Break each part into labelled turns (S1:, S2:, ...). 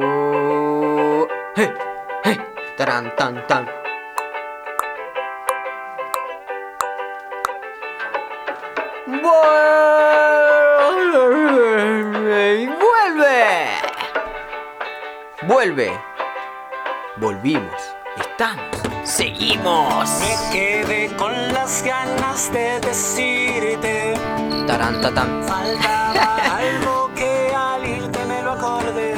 S1: Oh, hey, hey, tarán, tan, tan. Vuelve, vuelve, vuelve. Volvimos, estamos, seguimos.
S2: Me quedé con las ganas de decirte.
S1: Tarán, tan, tan.
S2: Faltaba algo que al irte me lo acordé.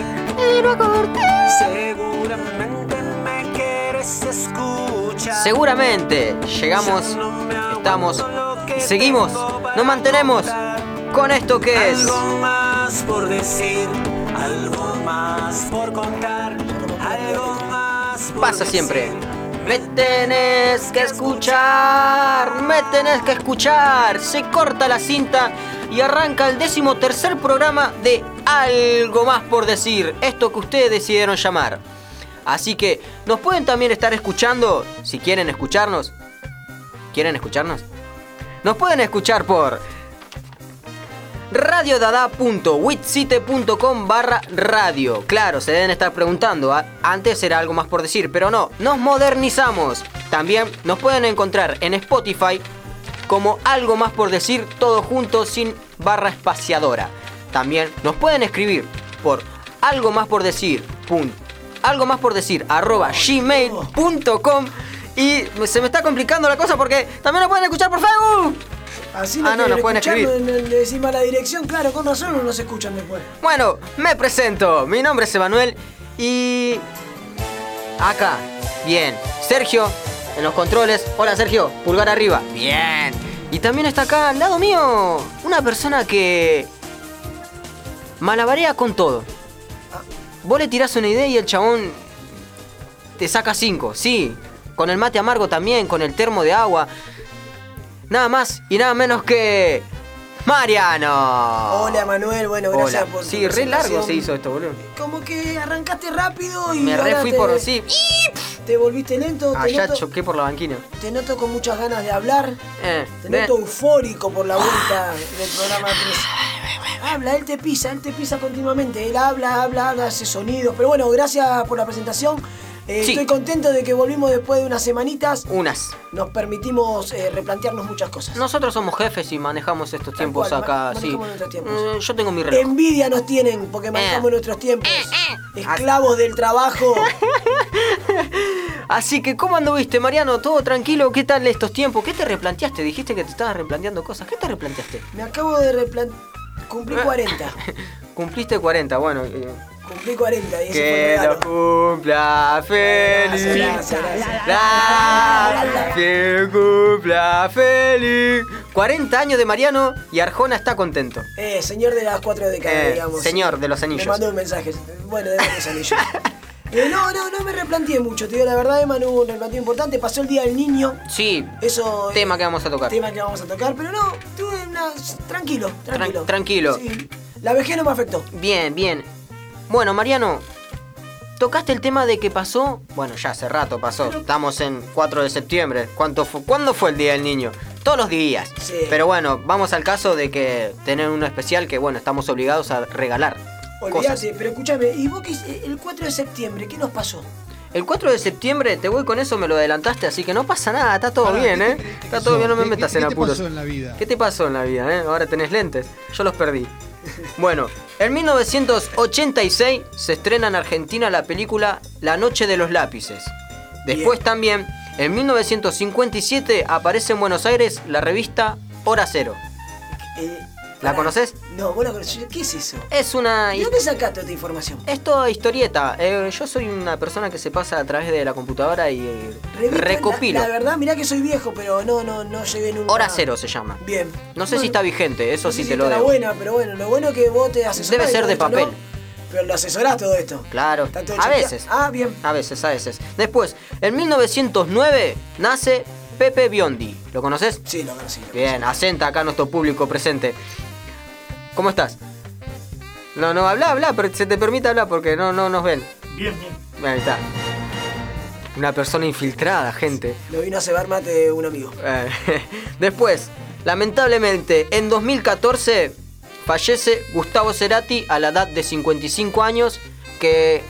S2: Seguramente me quieres escuchar.
S1: Seguramente llegamos,
S2: Ya no me aguanto
S1: estamos,
S2: lo que
S1: seguimos,
S2: tengo para
S1: nos mantenemos con esto que es.
S2: Algo más por decir, algo más por contar, algo más por
S1: pasa
S2: decir.
S1: siempre. Me tenés que escuchar, me tenés que escuchar. Se corta la cinta y arranca el décimo tercer programa de Algo más por decir, esto que ustedes decidieron llamar. Así que nos pueden también estar escuchando, si quieren escucharnos. ¿Quieren escucharnos? Nos pueden escuchar por radiodada.witsite.com barra radio. Claro, se deben estar preguntando. a- Antes era algo más por decir, pero no, nos modernizamos. También nos pueden encontrar en Spotify como algo más por decir, todo junto sin barra espaciadora. También nos pueden escribir por algo más por decir. pun- algo más por decir, arroba gmail.com. Y se me está complicando la cosa porque también nos pueden escuchar por Facebook.
S3: Así
S1: Ah, no,
S3: quieren
S1: nos pueden
S3: escuchar,
S1: escribir.
S3: no- no- Le decimos la dirección, claro, con razón no nos escuchan después.
S1: Bueno, me presento. Mi nombre es Emanuel y. Acá, bien. Sergio, en los controles. Hola Sergio, pulgar arriba. Bien. Y también está acá al lado mío una persona que. malabarea con todo. Vos le tirás una idea y el chabón. te saca cinco, sí. Con el mate amargo también, con el termo de agua. Nada más y nada menos que. Mariano.
S3: Hola Manuel, bueno,
S1: Hola.
S3: gracias por tu
S1: Sí, re largo
S3: presentación.
S1: se hizo esto, boludo.
S3: Como que arrancaste rápido y.
S1: Me re
S3: ahora
S1: fui
S3: te-
S1: por. Sí, Ah,
S3: Te volviste lento, te
S1: allá
S3: noto,
S1: choqué por la banquina.
S3: te noto con muchas ganas de hablar.
S1: Eh,
S3: Te
S1: ven.
S3: noto eufórico por la
S1: Ah.
S3: vuelta del programa 3. Habla, él te pisa, él te pisa continuamente. Él habla, habla, habla, hace sonidos. Pero bueno, gracias por la presentación. Eh,
S1: Sí.
S3: Estoy contento de que volvimos después de unas semanitas.
S1: Unas.
S3: Nos permitimos eh, replantearnos muchas cosas.
S1: Nosotros somos jefes y manejamos estos tiempos
S3: cual, ma-
S1: acá, sí.
S3: manejamos nuestros tiempos. Em,
S1: Mm, yo tengo mi reloj.
S3: Envidia nos tienen porque manejamos
S1: Eh.
S3: nuestros tiempos. Esclavos del trabajo.
S1: Así que, ¿cómo anduviste, Mariano? ¿Todo tranquilo? ¿Qué tal estos tiempos? ¿Qué te replanteaste? Dijiste que te estabas replanteando cosas. ¿Qué te replanteaste?
S3: Me acabo de replantear.
S1: Eh.
S3: Cumplí 40.
S1: Cumpliste 40, bueno. eh,
S3: Cumplí 40 y ese fue
S1: que
S3: el
S1: lo
S3: regalo.
S1: cumpla
S3: Gracias,
S1: feliz.
S3: gracias, gracias.
S1: La, que cumpla feliz. 40 años de Mariano y Arjona está contento.
S3: Eh, señor de las cuatro décadas,
S1: Eh,
S3: digamos.
S1: señor de los anillos.
S3: Me mandó un mensaje. Bueno, de los anillos. Eh, no, no, no me replanteé mucho, te digo la verdad, Emma, no hubo un replanteo importante. Pasó el día del niño,
S1: Sí,
S3: eso es
S1: tema que vamos a tocar.
S3: tema que vamos a tocar, pero no, tuve una. Tranquilo, tranquilo.
S1: tranquilo.
S3: Sí. La vejez no me afectó.
S1: Bien, bien. Bueno, Mariano, tocaste el tema de que pasó. Bueno, ya hace rato pasó. Estamos en 4 de septiembre. ¿Cuánto fu- ¿Cuándo fue el Día del Niño? Todos los días.
S3: Sí.
S1: Pero bueno, vamos al caso de que tener uno especial que, bueno, estamos obligados a regalar. Cosas.
S3: Olvídate, pero escúchame, ¿y vos qué hice- el 4 de septiembre, qué nos pasó?
S1: El 4 de septiembre, te voy con eso, me lo adelantaste, así que no pasa nada, está todo
S4: Pará,
S1: bien,
S4: ¿qué
S1: ¿eh?
S4: te- qué te
S1: Está todo
S4: pasó?
S1: bien, no me
S4: ¿Qué-
S1: metas
S4: qué-
S1: en
S4: qué te
S1: apuros.
S4: pasó en la vida?
S1: ¿Qué te pasó en la vida, eh? Ahora tenés lentes. Yo los perdí. Bueno, en 1986 se estrena en Argentina la película La Noche de los Lápices. Después
S3: Bien.
S1: también, en 1957 aparece en Buenos Aires la revista Hora Cero.
S3: Eh,
S1: ¿La
S3: pará.
S1: conoces?
S3: No, vos la conocés. ¿Qué es eso?
S1: Es una...
S3: ¿De dónde sacaste esta información?
S1: Es toda historieta. Eh, yo soy una persona que se pasa a través de la computadora y eh,
S3: Revista,
S1: recopilo.
S3: La, la verdad, mirá que soy viejo, pero no, no, no llegué nunca.
S1: Hora Cero se llama.
S3: Bien.
S1: No sé si
S3: Bueno.
S1: está vigente, eso
S3: No
S1: sí
S3: sé
S1: te
S3: si
S1: lo
S3: está
S1: debo.
S3: buena, pero bueno, lo bueno es que vos te asesorás.
S1: Debe
S3: y
S1: ser
S3: todo
S1: de
S3: esto,
S1: papel.
S3: ¿no? Pero lo asesorás todo esto.
S1: Claro,
S3: Está todo
S1: a
S3: chequeado.
S1: veces.
S3: Ah, bien.
S1: A veces, a veces. Después, en 1909 nace Pepe Biondi. ¿Lo conoces?
S3: Sí, lo conocí. lo
S1: Bien, asenta acá nuestro público presente. ¿Cómo estás? No, no, habla, habla, pero se te permite hablar porque no, no nos ven.
S5: Bien, bien.
S1: Ahí está. Una persona infiltrada, gente.
S3: conocí. Lo vino a cebar mate un amigo.
S1: Eh, Después, lamentablemente, en 2014 fallece Gustavo Cerati a la edad de 55 años, que,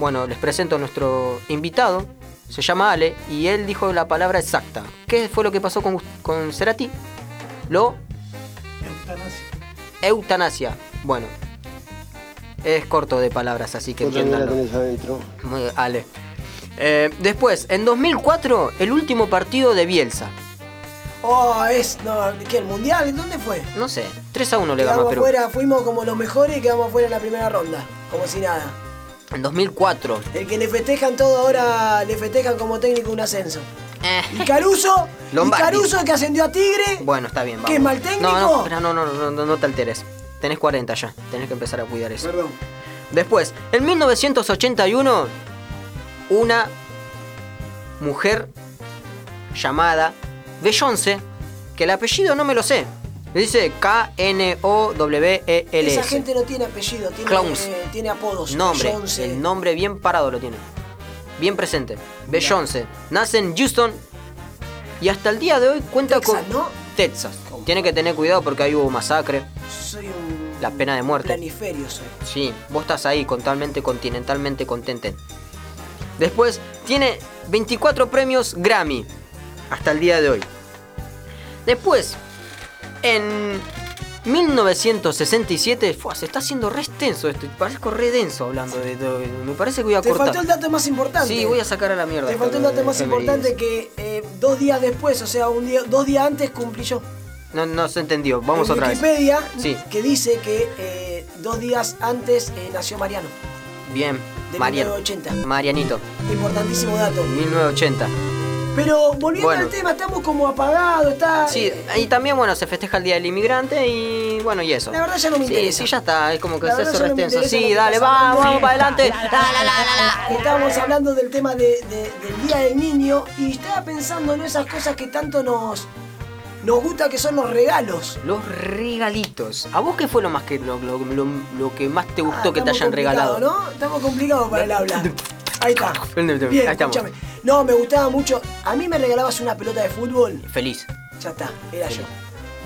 S1: bueno, les presento a nuestro invitado, se llama Ale, y él dijo la palabra exacta. ¿Qué fue lo que pasó con, Gus- con Cerati? Lo eutanasia. Bueno, es corto de palabras, así que
S4: Tú también la
S1: entiéndanlo.
S4: tenés adentro.
S1: Muy- Ale. Eh, después, en 2004, el último partido de Bielsa.
S3: Oh, es. No, ¿Qué? ¿El mundial? ¿Dónde fue?
S1: No sé, 3 a 1 le ganó a
S3: Quedamos
S1: Perú.
S3: afuera, fuimos como los mejores y quedamos afuera en la primera ronda. Como si nada.
S1: En 2004.
S3: El que le festejan todo ahora, le festejan como técnico un ascenso.
S1: Eh,
S3: Y Caruso, y
S1: Lombardi.
S3: Caruso que ascendió a Tigre.
S1: Bueno, está bien, vamos.
S3: ¿Qué, mal técnico?
S1: No, no, espera, no, no, no, no, no te alteres. Tenés 40 ya, tenés que empezar a cuidar eso.
S3: Perdón.
S1: Después, en 1981, una mujer llamada Beyoncé, que el apellido no me lo sé, le dice K-N-O-W-E-L-S.
S3: Esa gente no tiene apellido, tiene,
S1: Clowns.
S3: eh, tiene apodos.
S1: Nombre,
S3: Beyoncé.
S1: el nombre bien parado lo tiene. Bien presente. Beyoncé. Nace en Houston y hasta el día de hoy cuenta
S3: Texas,
S1: con
S3: ¿no?
S1: Texas. Tiene que tener cuidado porque ahí hubo masacre.
S3: Soy un.
S1: La pena de muerte.
S3: Planiferio soy.
S1: Sí, vos estás ahí, totalmente continentalmente contente. Después tiene 24 premios Grammy hasta el día de hoy. Después, en 1967, fue, se está haciendo re extenso esto, parezco re denso hablando de todo. Me parece que voy a
S3: Te
S1: cortar.
S3: faltó el dato más importante.
S1: Sí, voy a sacar a la mierda.
S3: Te faltó el
S1: esto
S3: dato
S1: de
S3: más
S1: efemérides.
S3: importante que eh, dos días después, o sea, un día, dos días antes cumplí yo.
S1: No, no se entendió, vamos
S3: En
S1: otra vez.
S3: Wikipedia,
S1: Sí.
S3: que dice que eh, dos días antes eh, nació Mariano,
S1: Bien,
S3: de
S1: Marian.
S3: 1980.
S1: Marianito,
S3: Importantísimo dato.
S1: 1980.
S3: Pero volviendo
S1: Bueno.
S3: al tema, estamos como apagados, está...
S1: Sí,
S3: eh,
S1: y también, bueno, se festeja el Día del Inmigrante y bueno, y eso.
S3: La verdad ya no me
S1: Sí,
S3: interesa.
S1: sí, ya está, es como que
S3: La
S1: se
S3: verdad
S1: hace
S3: ya no me
S1: restenso.
S3: interesa lo
S1: Sí,
S3: que
S1: dale,
S3: pasa.
S1: vamos, vamos
S3: Fiesta,
S1: para adelante. La, la, la, la, la.
S3: Estábamos hablando del tema de- de- del Día del Niño y estaba pensando en esas cosas que tanto nos, nos gusta que son los regalos.
S1: Los regalitos. ¿A vos qué fue lo más que lo, lo- lo- lo que más te gustó
S3: Ah,
S1: que te
S3: estamos
S1: hayan regalado?
S3: complicados, ¿no? Estamos complicados para el habla. Ahí está. Bien,
S1: Ahí estamos.
S3: escúchame. No, me gustaba mucho. A mí me regalabas una pelota de fútbol.
S1: Feliz.
S3: Ya está, era yo.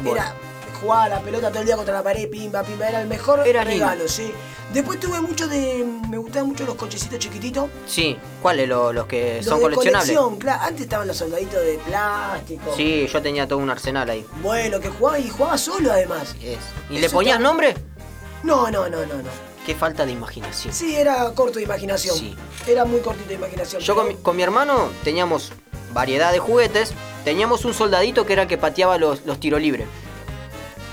S1: Bueno.
S3: Era jugar a la pelota todo el día contra la pared, pimba, pimba. Era el mejor
S1: Era
S3: regalo,
S1: lindo.
S3: sí. Después tuve mucho de. Me gustaban mucho los cochecitos chiquititos.
S1: Sí, ¿cuáles lo- los que
S3: Los
S1: son
S3: de
S1: coleccionables?
S3: colección, claro. Antes estaban los soldaditos de plástico.
S1: Sí, yo tenía todo un arsenal ahí.
S3: Bueno, que jugaba y jugaba solo además.
S1: Es- ¿Y
S3: Eso
S1: le ponías
S3: está-
S1: nombre?
S3: No, no, no, no, no.
S1: Qué falta de imaginación.
S3: Sí, era corto de imaginación.
S1: Sí.
S3: Era muy cortito de imaginación.
S1: Yo con mi,
S3: pero-
S1: con mi hermano teníamos variedad de juguetes. Teníamos un soldadito que era el que pateaba los, los tiro libres.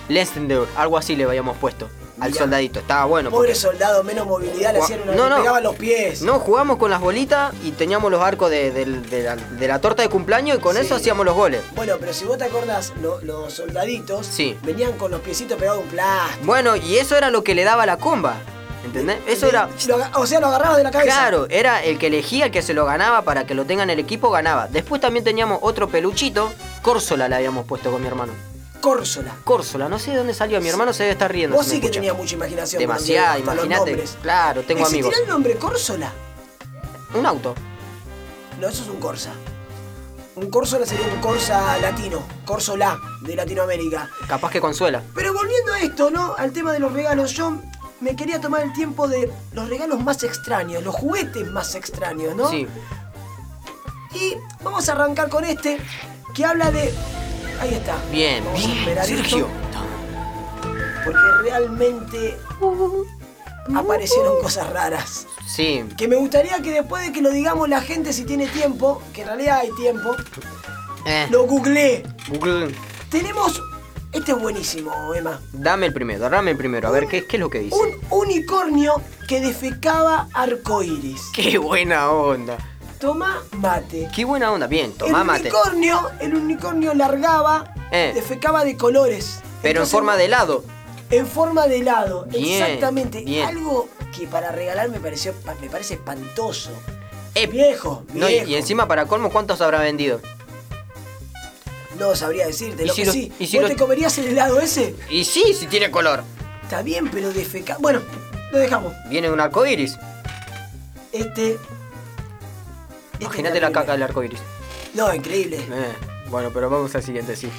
S1: Lessendeur, algo así le habíamos puesto al
S3: Mirá.
S1: soldadito. Estaba bueno.
S3: Pobre
S1: porque-
S3: soldado, menos movilidad le
S1: Gua-
S3: hacían una
S1: no,
S3: le
S1: no.
S3: pegaban los pies.
S1: No, jugamos con las bolitas y teníamos los arcos de, del- de la, de la torta de cumpleaños y con
S3: Sí.
S1: eso hacíamos los goles.
S3: Bueno, pero si vos te acordás, lo- los soldaditos
S1: Sí.
S3: venían con los piecitos pegados a un plástico.
S1: Bueno, y eso era lo que le daba la comba. ¿Entendés? Eso era.
S3: Lo aga- o sea, lo agarrabas de la cabeza.
S1: Claro, era el que elegía, el que se lo ganaba para que lo tenga en el equipo, ganaba. Después también teníamos otro peluchito. Córsola le habíamos puesto con mi hermano.
S3: Córsola.
S1: Córsola, no sé de dónde salió. Mi hermano se debe estar riendo.
S3: Vos
S1: si
S3: sí
S1: me
S3: que
S1: escucha.
S3: tenías mucha imaginación.
S1: Demasiada,
S3: Manuel, hasta los
S1: imagínate.
S3: nombres.
S1: Claro, tengo
S3: ¿Existirá
S1: amigos.
S3: el nombre Córsola?
S1: Un auto.
S3: No, eso es un Corsa. Un Córsola sería un Corsa latino. Córsola de Latinoamérica.
S1: Capaz que consuela.
S3: Pero volviendo a esto, ¿no? Al tema de los regalos, yo me quería tomar el tiempo de los regalos más extraños, los juguetes más extraños, ¿no?
S1: Sí.
S3: Y vamos a arrancar con este que habla de. Ahí está.
S1: Bien,
S3: Vamos a
S1: bien,
S3: esperar esto,
S1: Sergio.
S3: Porque realmente aparecieron cosas raras.
S1: Sí,
S3: Que me gustaría que después de que lo digamos la gente, si tiene tiempo, que en realidad hay tiempo,
S1: eh.
S3: lo googleé.
S1: Google.
S3: Tenemos. Este es buenísimo, Emma.
S1: Dame el primero, dame el primero. A ver, ¿qué, qué es lo que dice?
S3: Un unicornio que defecaba arcoiris.
S1: ¡Qué buena onda!
S3: Toma mate.
S1: ¡Qué buena onda! Bien, tomá
S3: el
S1: mate.
S3: unicornio, el unicornio largaba,
S1: Eh.
S3: defecaba de colores.
S1: Pero en
S3: Entonces,
S1: forma de helado.
S3: En forma de helado,
S1: Bien,
S3: exactamente.
S1: bien.
S3: Algo que para regalar me pareció me parece espantoso.
S1: Eh,
S3: viejo,
S1: No, y,
S3: viejo.
S1: y encima, para colmo, ¿cuántos habrá vendido?
S3: No sabría decirte,
S1: ¿Y
S3: lo
S1: si
S3: que
S1: lo-
S3: sí.
S1: y si
S3: ¿Vos
S1: lo-
S3: te comerías el helado ese?
S1: Y sí, si tiene color.
S3: Está bien, pero defeca. Bueno, lo dejamos.
S1: Viene un arco iris.
S3: Este. este
S1: Imagínate
S3: es
S1: la
S3: terrible.
S1: caca del arco iris.
S3: No, increíble.
S1: Eh, bueno, pero vamos al siguiente, sí.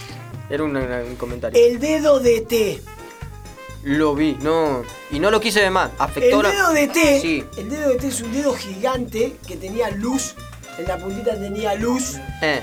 S1: Era un, un comentario.
S3: El dedo de té.
S1: Lo vi, no. Y no lo quise ver más. Afectó
S3: El
S1: la-
S3: dedo de T,
S1: Sí.
S3: el dedo de T es un dedo gigante que tenía luz, en la puntita tenía luz,
S1: Eh,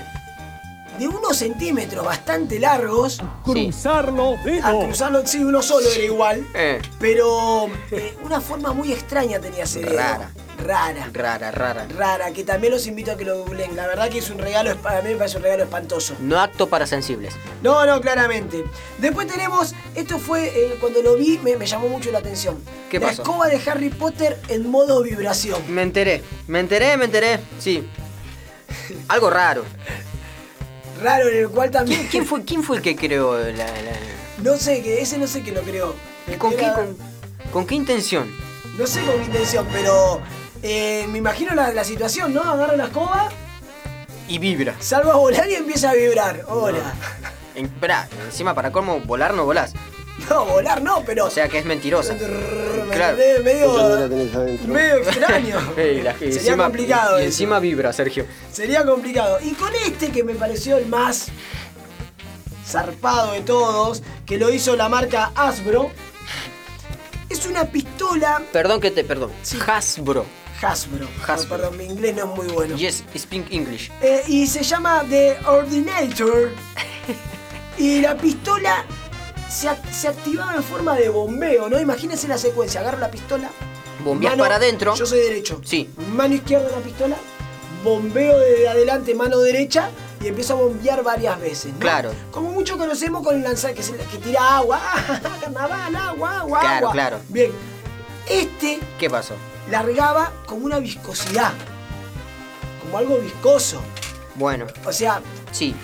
S3: de unos centímetros bastante largos,
S2: Oh.
S4: Cruzarlo
S3: al cruzarlo, sí, uno solo era igual,
S1: eh.
S3: pero eh, una forma muy extraña tenía ese dedo.
S1: Rara.
S3: Rara.
S1: Rara, rara.
S3: Rara, que también los invito a que lo googleen. La verdad que es un regalo, para mí me parece un regalo espantoso.
S1: No acto para sensibles.
S3: No, no, claramente. Después tenemos, esto fue, eh, cuando lo vi me, me llamó mucho la atención.
S1: ¿Qué
S3: la
S1: pasó?
S3: escoba de Harry Potter en modo vibración.
S1: Me enteré, me enteré, me enteré. Sí. Algo raro.
S3: Raro en el cual también...
S1: ¿Quién, quién fue, ¿Quién fue el que creó la... la-
S3: No sé, que ese no sé quién lo creó.
S1: ¿Con, qué,
S3: Era-
S1: con, con qué intención?
S3: No sé con qué intención, pero eh, me imagino la, la situación, ¿no? Agarra una escoba,
S1: Y vibra.
S3: salva a volar y empieza a vibrar. Hola.
S1: En- Esperá, encima para colmo, volar no volás.
S3: No, volar no, pero...
S1: O sea que es mentirosa.
S3: Me
S1: Claro.
S3: entendés,
S5: Otra cosa tenés
S3: medio,
S5: adentro.
S3: medio extraño.
S1: Ey, la- y
S3: Sería
S1: encima-
S3: complicado.
S1: Y, y
S3: eso.
S1: encima vibra, Sergio.
S3: Sería complicado. Y con este que me pareció el más zarpado de todos, que lo hizo la marca Hasbro, es una pistola
S1: Perdón que te... Perdón.
S3: Sí.
S1: Hasbro.
S3: Hasbro.
S1: Hasbro.
S3: No, perdón, mi inglés no es muy bueno.
S1: Yes, speak English.
S3: Eh, y se llama The Ordinator. y la pistola se, ac- se activaba en forma de bombeo, ¿no? Imagínense la secuencia. Agarro la pistola.
S1: Bombeás
S3: mano-
S1: para adentro.
S3: Yo soy derecho.
S1: Sí.
S3: Mano izquierda de la pistola. Bombeo desde adelante, mano derecha. Y empiezo a bombear varias veces, ¿no?
S1: Claro.
S3: Como mucho conocemos con el lanzar que, es el que tira agua. Carnaval, agua, agua,
S1: Claro,
S3: agua.
S1: claro.
S3: Bien. Este
S1: ¿Qué pasó?
S3: largaba como una viscosidad. Como algo viscoso.
S1: Bueno,
S3: O sea,
S1: sí.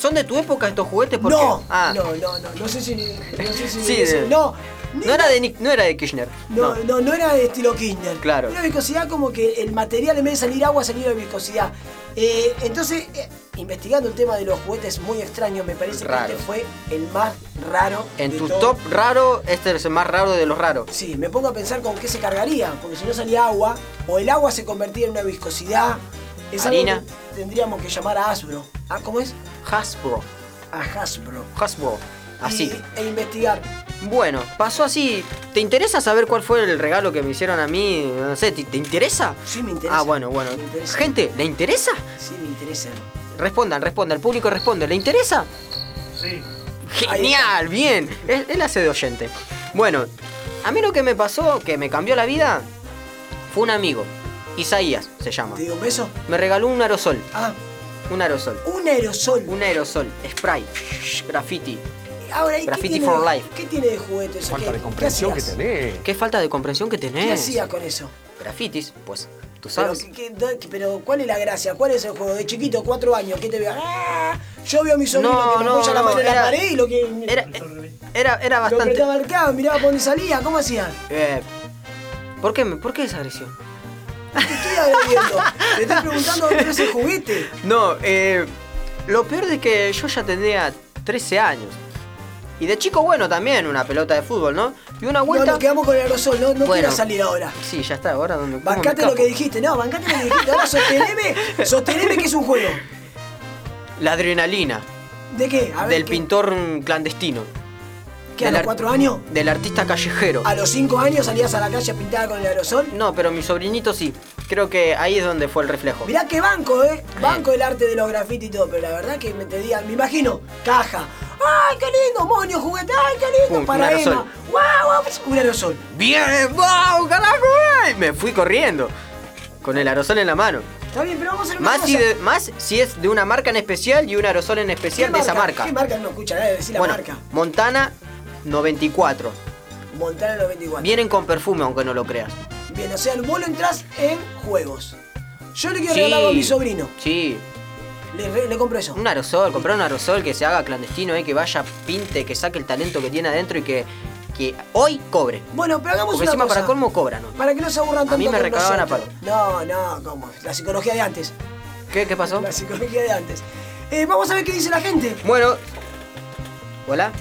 S1: ¿Son de tu época estos juguetes? Porque...
S3: no,
S1: Ah,
S3: no, no, no, no sé si, no sé si,
S1: Sí,
S3: no sé-
S1: de-
S3: no, ni-
S1: No era de Nick, no era de Kirchner.
S3: no, no, no era de estilo Kinder.
S1: Claro.
S3: Una viscosidad como que el material en vez de salir agua salía de viscosidad. Eh, entonces, eh, investigando el tema de los juguetes muy extraños, me parece
S1: Raro.
S3: que este fue el más raro.
S1: En
S3: de
S1: tu
S3: todo.
S1: top raro, este es el más raro de los raros.
S3: Sí, me pongo a pensar con qué se cargaría, porque si no salía agua, o el agua se convertía en una viscosidad. Es algo
S1: Harina.
S3: que tendríamos que llamar a Hasbro. ¿Ah, cómo es?
S1: Hasbro.
S3: A Hasbro.
S1: Hasbro. Así.
S3: Y- e investigar.
S1: Bueno, pasó así. ¿Te interesa saber cuál fue el regalo que me hicieron a mí? No sé, ¿te, te interesa?
S3: Sí, me interesa.
S1: Ah, bueno, bueno.
S3: Me interesa.
S1: Gente, ¿le interesa?
S3: Sí, me interesa.
S1: Respondan, respondan. El público responde. ¿Le interesa? Sí. Genial, bien. Él, él hace de oyente. Bueno, a mí lo que me pasó, que me cambió la vida, fue un amigo. Isaías se llama.
S3: ¿Te digo un beso?
S1: Me regaló un aerosol.
S3: Ah,
S1: Un aerosol.
S3: un aerosol.
S1: Un aerosol. Spray. Graffiti.
S3: Ahora, ¿y
S1: Graffiti
S3: qué tiene,
S1: for life.
S3: ¿Qué tiene de juguete eso?
S4: Falta
S3: ¿Qué-
S4: de comprensión
S3: qué
S4: que
S3: hacías?
S4: tenés.
S1: Qué falta de comprensión que tenés.
S3: ¿Qué hacías con eso?
S1: Grafitis, pues, tú
S3: Pero,
S1: sabes.
S3: ¿qué- qué- do- pero, ¿cuál es la gracia? ¿Cuál es el juego? De chiquito, cuatro años, ¿qué te veo? ¡Ah! Yo veo a mi sobrino
S1: No,
S3: que me
S1: no,
S3: apoya la
S1: no,
S3: mano en la
S1: era-
S3: pared y lo que.
S1: Era, era, era
S3: lo
S1: bastante.
S3: apretaba al cabo, miraba por dónde salía, ¿cómo hacías?
S1: Eh, ¿Por qué, me- ¿Por qué esa agresión?
S3: Te estoy agrediendo. te estoy preguntando dónde es el juguete.
S1: No, eh, lo peor es que yo ya tenía 13 años. Y de chico, bueno, también una pelota de fútbol, ¿no? Y una
S3: No,
S1: vuelta.
S3: nos quedamos con el aerosol, no, no
S1: Bueno.
S3: quiero salir ahora.
S1: Sí, ya está, ahora donde.
S3: Bancate lo que dijiste, no, bancate lo que dijiste. Ahora sosteneme, sosteneme que es un juego.
S1: La adrenalina
S3: ¿De qué? A ver,
S1: del
S3: ¿qué-
S1: pintor clandestino.
S3: ¿Qué, a
S1: del
S3: los
S1: ar-
S3: cuatro años?
S1: Del artista callejero.
S3: ¿A los cinco años salías a la calle pintada con el aerosol?
S1: No, pero mi sobrinito sí. Creo que ahí es donde fue el reflejo.
S3: Mirá que banco, ¿eh? Banco el arte de los grafitis y todo, pero la verdad que me entendían, me imagino, caja. ¡Ay, qué lindo, moño, juguete! ¡Ay, qué lindo!
S1: Pum, un
S3: para
S1: aerosol.
S3: Emma. ¡Guau, guau! Un aerosol.
S1: ¡Bien! ¡Wow! ¡Carajo! eh! Me fui corriendo. Con el aerosol en la mano.
S3: Está bien, pero vamos a hacer una
S1: Más si,
S3: cosa.
S1: de- más si es de una marca en especial y un aerosol en
S3: ¿Qué
S1: especial de esa marca.
S3: ¿Qué marca no escucha? Dale, decí la
S1: bueno,
S3: marca.
S1: Montana 94.
S3: Montana 94.
S1: Vienen con perfume, aunque no lo creas.
S3: Bien, o sea, vos lo entras en juegos. Yo le quiero regalar a mi sobrino.
S1: Sí.
S3: Le, re- le compro eso.
S1: Un aerosol, comprar un aerosol que se haga clandestino, eh, que vaya, pinte, que saque el talento que tiene adentro y que, que hoy cobre.
S3: Bueno, pero hagamos
S1: Porque
S3: una
S1: encima
S3: cosa.
S1: para colmo cobran. ¿no?
S3: Para que no se aburran tanto
S1: mí me
S3: con
S1: recagaban a
S3: nosotros. No, no, ¿cómo? La psicología de antes.
S1: ¿Qué, qué pasó?
S3: La psicología de antes. Eh, vamos a ver qué dice la gente.
S1: Bueno. Hola.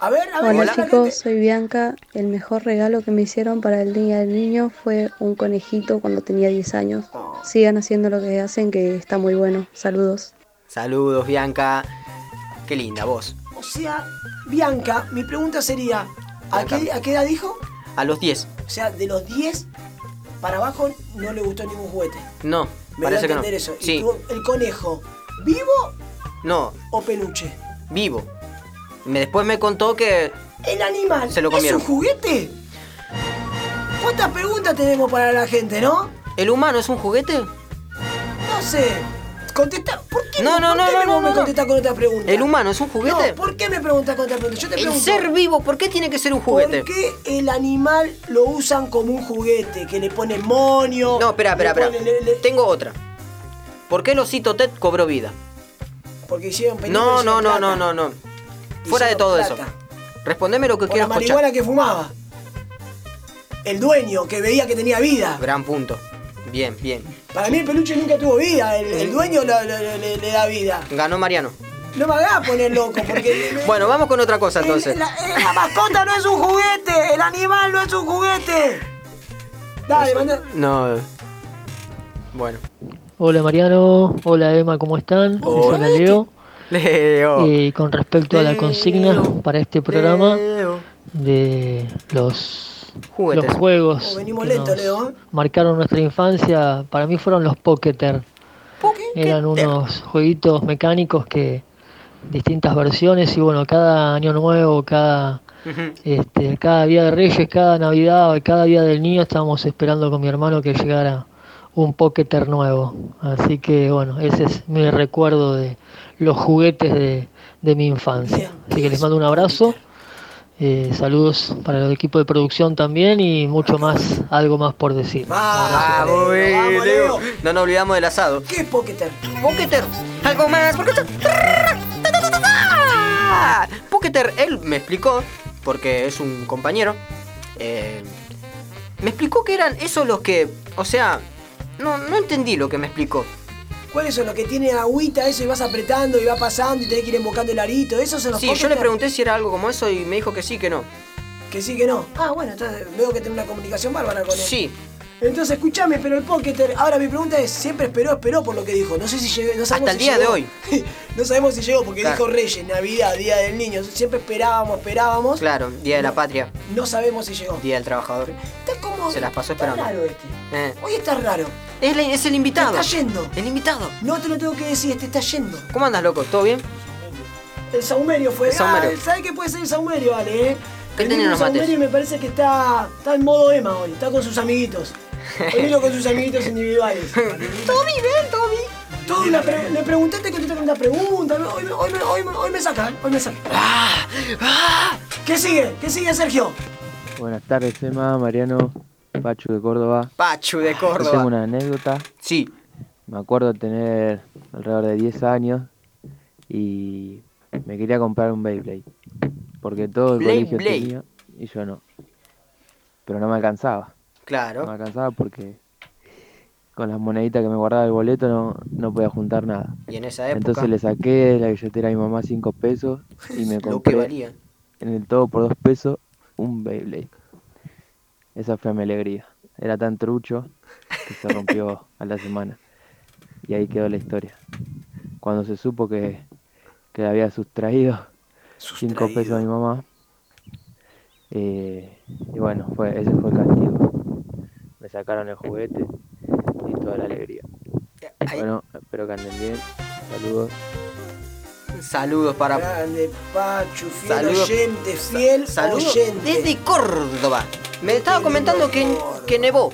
S3: A ver, a ver,
S6: Hola
S3: ¿qué dice la
S6: chicos,
S3: gente?
S6: soy Bianca. El mejor regalo que me hicieron para el Día del Niño fue un conejito cuando tenía 10 años.
S3: Oh.
S6: Sigan haciendo lo que hacen, que está muy bueno. Saludos.
S1: Saludos, Bianca. Qué linda voz.
S3: O sea, Bianca, mi pregunta sería, ¿A qué, ¿A qué edad dijo?
S1: A los 10.
S3: O sea, de los 10 para abajo no le gustó ningún juguete.
S1: No,
S3: Me
S1: parece
S3: dio
S1: que
S3: a
S1: no.
S3: entender eso. Y
S1: Sí,
S3: tuvo ¿El conejo vivo
S1: no,
S3: o peluche?
S1: vivo. Me, después me contó que
S3: El animal
S1: Se lo comieron.
S3: es un juguete. ¿Cuántas preguntas tenemos para la gente, no?
S1: el humano es un juguete.
S3: No sé. Contesta. ¿Por qué
S1: No, no,
S3: ¿por
S1: no,
S3: qué
S1: no,
S3: me-
S1: no,
S3: me
S1: no.
S3: contestás con otra pregunta?
S1: El humano es un juguete.
S3: No, ¿por qué me preguntas con otra pregunta? Yo te
S1: el
S3: pregunto.
S1: ser vivo, ¿por qué tiene que ser un juguete?
S3: ¿Por qué el animal lo usan como un juguete? Que le ponen monio.
S1: No, espera, espera,
S3: le
S1: espera.
S3: ponen- le- le-
S1: Tengo otra. ¿Por qué el osito Ted cobró vida?
S3: Porque hicieron películas,
S1: No, no,
S3: hicieron
S1: no,
S3: plata.
S1: no, no, no. Fuera de todo eso.
S3: plata.
S1: Respondeme lo que
S3: Por la
S1: quieras escuchar.
S3: marihuana que fumaba. El dueño que veía que tenía vida.
S1: Gran punto. Bien, bien.
S3: Para mí el peluche nunca tuvo vida. El, el dueño lo- lo- lo- le, le da vida.
S1: Ganó Mariano.
S3: No me hagas poner loco porque.
S1: Bueno, vamos con otra cosa
S3: El-
S1: entonces.
S3: La, eh, la mascota no es un juguete, el animal no es un juguete. Dale, manda.
S1: No. Bueno.
S4: Hola Mariano, hola Emma, ¿cómo están? Les
S1: Hola.
S4: habla Leo.
S1: Leo.
S4: Eh, con respecto a la consigna
S1: Leo.
S4: para este programa
S1: Leo.
S4: de los,
S1: Juguetes.
S4: los juegos
S3: Oh, venimos
S4: que
S3: lento,
S4: nos
S3: Leo, ¿eh?
S4: marcaron nuestra infancia, para mí fueron los Pocketer. Eran unos jueguitos mecánicos que distintas versiones y bueno, cada año nuevo, cada
S1: Ujú.
S4: este, cada día de Reyes, cada Navidad, o cada día del niño estábamos esperando con mi hermano que llegara un Pocketer nuevo. Así que bueno, ese es mi recuerdo de los juguetes de, de mi infancia. Así que les mando un abrazo, eh, saludos para el equipo de producción también y mucho más, algo más por decir.
S3: Ah,
S1: Vamos, eh, Leo. No nos olvidamos del asado.
S3: ¿Qué es Pocketer?
S1: Pocketer, algo más, Pocketer. Pocketer, él me explicó, porque es un compañero, eh, me explicó que eran esos los que, o sea, no, no entendí lo que me explicó.
S3: ¿Cuáles son los que tienen agüita, eso, y vas apretando y va pasando y tenés que ir embocando el arito? ¿Esos son los
S1: Sí, yo le
S3: Pocketer?
S1: pregunté si era algo como eso y me dijo que sí, que no.
S3: Que sí, que no. Ah, bueno, entonces veo que tenés una comunicación bárbara con él.
S1: Sí,
S3: Entonces, escúchame, pero el Pocketer. Ahora mi pregunta es: ¿siempre esperó, esperó por lo que dijo? No sé si llegó. No
S1: Hasta
S3: sabemos
S1: el
S3: si
S1: día de
S3: llegó.
S1: hoy.
S3: no sabemos si llegó porque
S1: Claro.
S3: dijo Reyes, Navidad, Día del Niño. Siempre esperábamos, esperábamos.
S1: claro, Día de la Patria,
S3: No sabemos si llegó.
S1: Día del Trabajador.
S3: Está como.
S1: Se las pasó
S3: está
S1: esperando.
S3: raro este.
S1: Eh,
S3: Hoy está raro.
S1: es, la- es el invitado.
S3: Te está yendo.
S1: El invitado.
S3: No te lo tengo que decir, este está yendo.
S1: ¿Cómo andas, loco? ¿Todo bien?
S3: El saumerio fue.
S1: El saumerio.
S3: Ah, ¿Sabes qué puede ser el saumerio, vale? Eh?
S1: ¿Qué
S3: El
S1: tenía
S3: mismo
S1: los mates?
S3: saumerio me parece que está, está en modo Emma hoy. Está con sus amiguitos. Hoy vino con sus amiguitos individuales.
S1: Toby, ven, Toby.
S3: Todo una pre- le pregunté, te contesté con una pregunta. Hoy, me- hoy, me- hoy me- hoy me saca, ¿eh? hoy me saca.
S1: Ah,
S3: ¿Qué sigue? ¿Qué sigue, Sergio?
S5: Buenas tardes, Emma, Mariano, Pachu de Córdoba.
S1: Pachu de
S5: Yo tengo
S1: Córdoba.
S5: una anécdota.
S1: Sí,
S5: Me acuerdo tener alrededor de 10 años y me quería comprar un Beyblade. Porque todo el
S1: Blade,
S5: colegio
S1: Blade.
S5: tenía y yo no. Pero no me alcanzaba. No me
S1: claro.
S5: alcanzaba porque con las moneditas que me guardaba el boleto no, no podía juntar nada.
S1: Y en esa época,
S5: Entonces le saqué de la billetera a mi mamá 5 pesos y me
S1: lo que
S5: compré
S1: valía.
S5: en el todo por dos pesos un Beyblade. Esa fue mi alegría. Era tan trucho que se rompió a la semana. Y ahí quedó la historia. Cuando se supo que, que le había sustraído 5 pesos a mi mamá. eh, y bueno, fue, ese fue el castigo. Me sacaron el juguete y toda la alegría.
S1: Ay,
S5: Bueno, espero que anden bien. Saludos.
S1: Saludos para.
S3: Grande, Pachu, fiel
S1: Saludos.
S3: oyente, fiel
S1: Saludos
S3: oyente.
S1: desde Córdoba. Me estaba
S3: Desde
S1: comentando que,
S3: Córdoba.
S1: que nevó.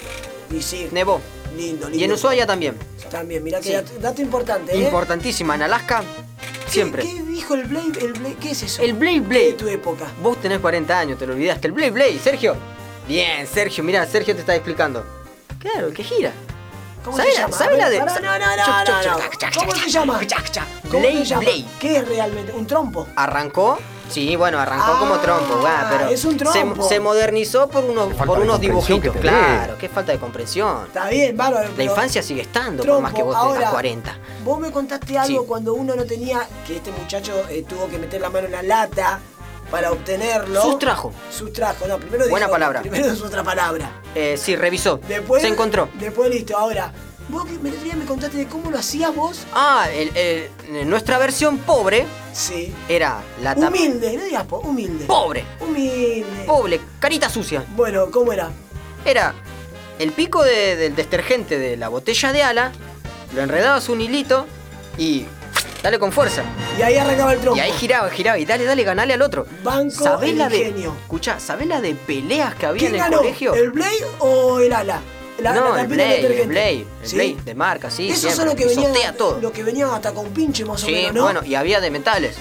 S3: Y sí,
S1: Nevó.
S3: lindo, lindo.
S1: Y en Ushuaia también.
S3: También, mirá que
S1: Sí.
S3: dato, dato importante, ¿eh?
S1: Importantísima en Alaska.
S3: ¿Qué-
S1: Siempre.
S3: ¿Qué, dijo el Blade, el Blade? ¿Qué es eso?
S1: El Blade
S3: ¿Qué de
S1: Blade.
S3: tu época.
S1: Vos tenés 40 años, te lo olvidaste. El Blade Blade, Sergio. Bien, Sergio, mira, Sergio te está explicando. Claro, que gira.
S3: ¿Cómo
S1: ¿Sabe
S3: se
S1: la-
S3: llama?
S1: sabe la de-
S3: Pará, No, no, no,
S1: Chac,
S3: no,
S1: chac,
S3: no.
S1: chac, chac,
S3: ¿Cómo
S1: chac,
S3: se llama?
S1: chac, chac.
S3: ¿Cómo
S1: Blade,
S3: se llama?
S1: Blade.
S3: ¿Qué es realmente? ¿Un trompo?
S1: Arrancó. Sí, bueno, arrancó
S3: Ah,
S1: como trompo, ah, pero
S3: es un trompo.
S1: Se, se modernizó por unos,
S7: falta
S1: por
S7: de
S1: unos
S7: comprensión que
S1: dibujitos.
S7: tenés.
S1: Claro, qué falta de comprensión.
S3: Está bien, bárbaro.
S1: La
S3: pero-
S1: infancia sigue estando, por
S3: Trompo,
S1: más que vos
S3: ahora,
S1: tengas 40.
S3: Vos me contaste algo
S1: Sí.
S3: cuando uno no tenía, que este muchacho eh, tuvo que meter la mano en la lata para obtenerlo.
S1: Sustrajo.
S3: Sustrajo, no, primero
S1: Buena
S3: dijo-
S1: palabra.
S3: Primero es otra palabra.
S1: Eh, sí, revisó.
S3: Después.
S1: Se encontró.
S3: Después listo, ahora. Vos que me, el otro día me contaste de cómo lo hacías vos.
S1: Ah, el- el- nuestra versión pobre
S3: Sí.
S1: era la tapa.
S3: Humilde, no digas po- humilde.
S1: Pobre,
S3: Humilde.
S1: pobre, carita sucia.
S3: Bueno, ¿cómo era?
S1: Era el pico de- del detergente de la botella de ala, lo enredabas un hilito y dale con fuerza.
S3: Y ahí arrancaba el tronco.
S1: Y ahí giraba, giraba y dale, dale, ganale al otro.
S3: Banco
S1: ¿Sabés
S3: el
S1: la de,
S3: ingenio.
S1: escuchá, ¿sabés la de peleas que había
S3: ¿Quién
S1: en el
S3: ganó?
S1: colegio?
S3: ¿El Blade o el Ala? El Ala
S1: no, el
S3: campeón del
S1: Blade, el
S3: detergente.
S1: Blade, el
S3: ¿Sí?
S1: Blade de marca, sí,
S3: Esos
S1: siempre.
S3: son los que
S1: pisotea
S3: venían.
S1: todo.
S3: Los que venían hasta con pinche más o
S1: Sí,
S3: menos, ¿no?
S1: bueno, y había de metales.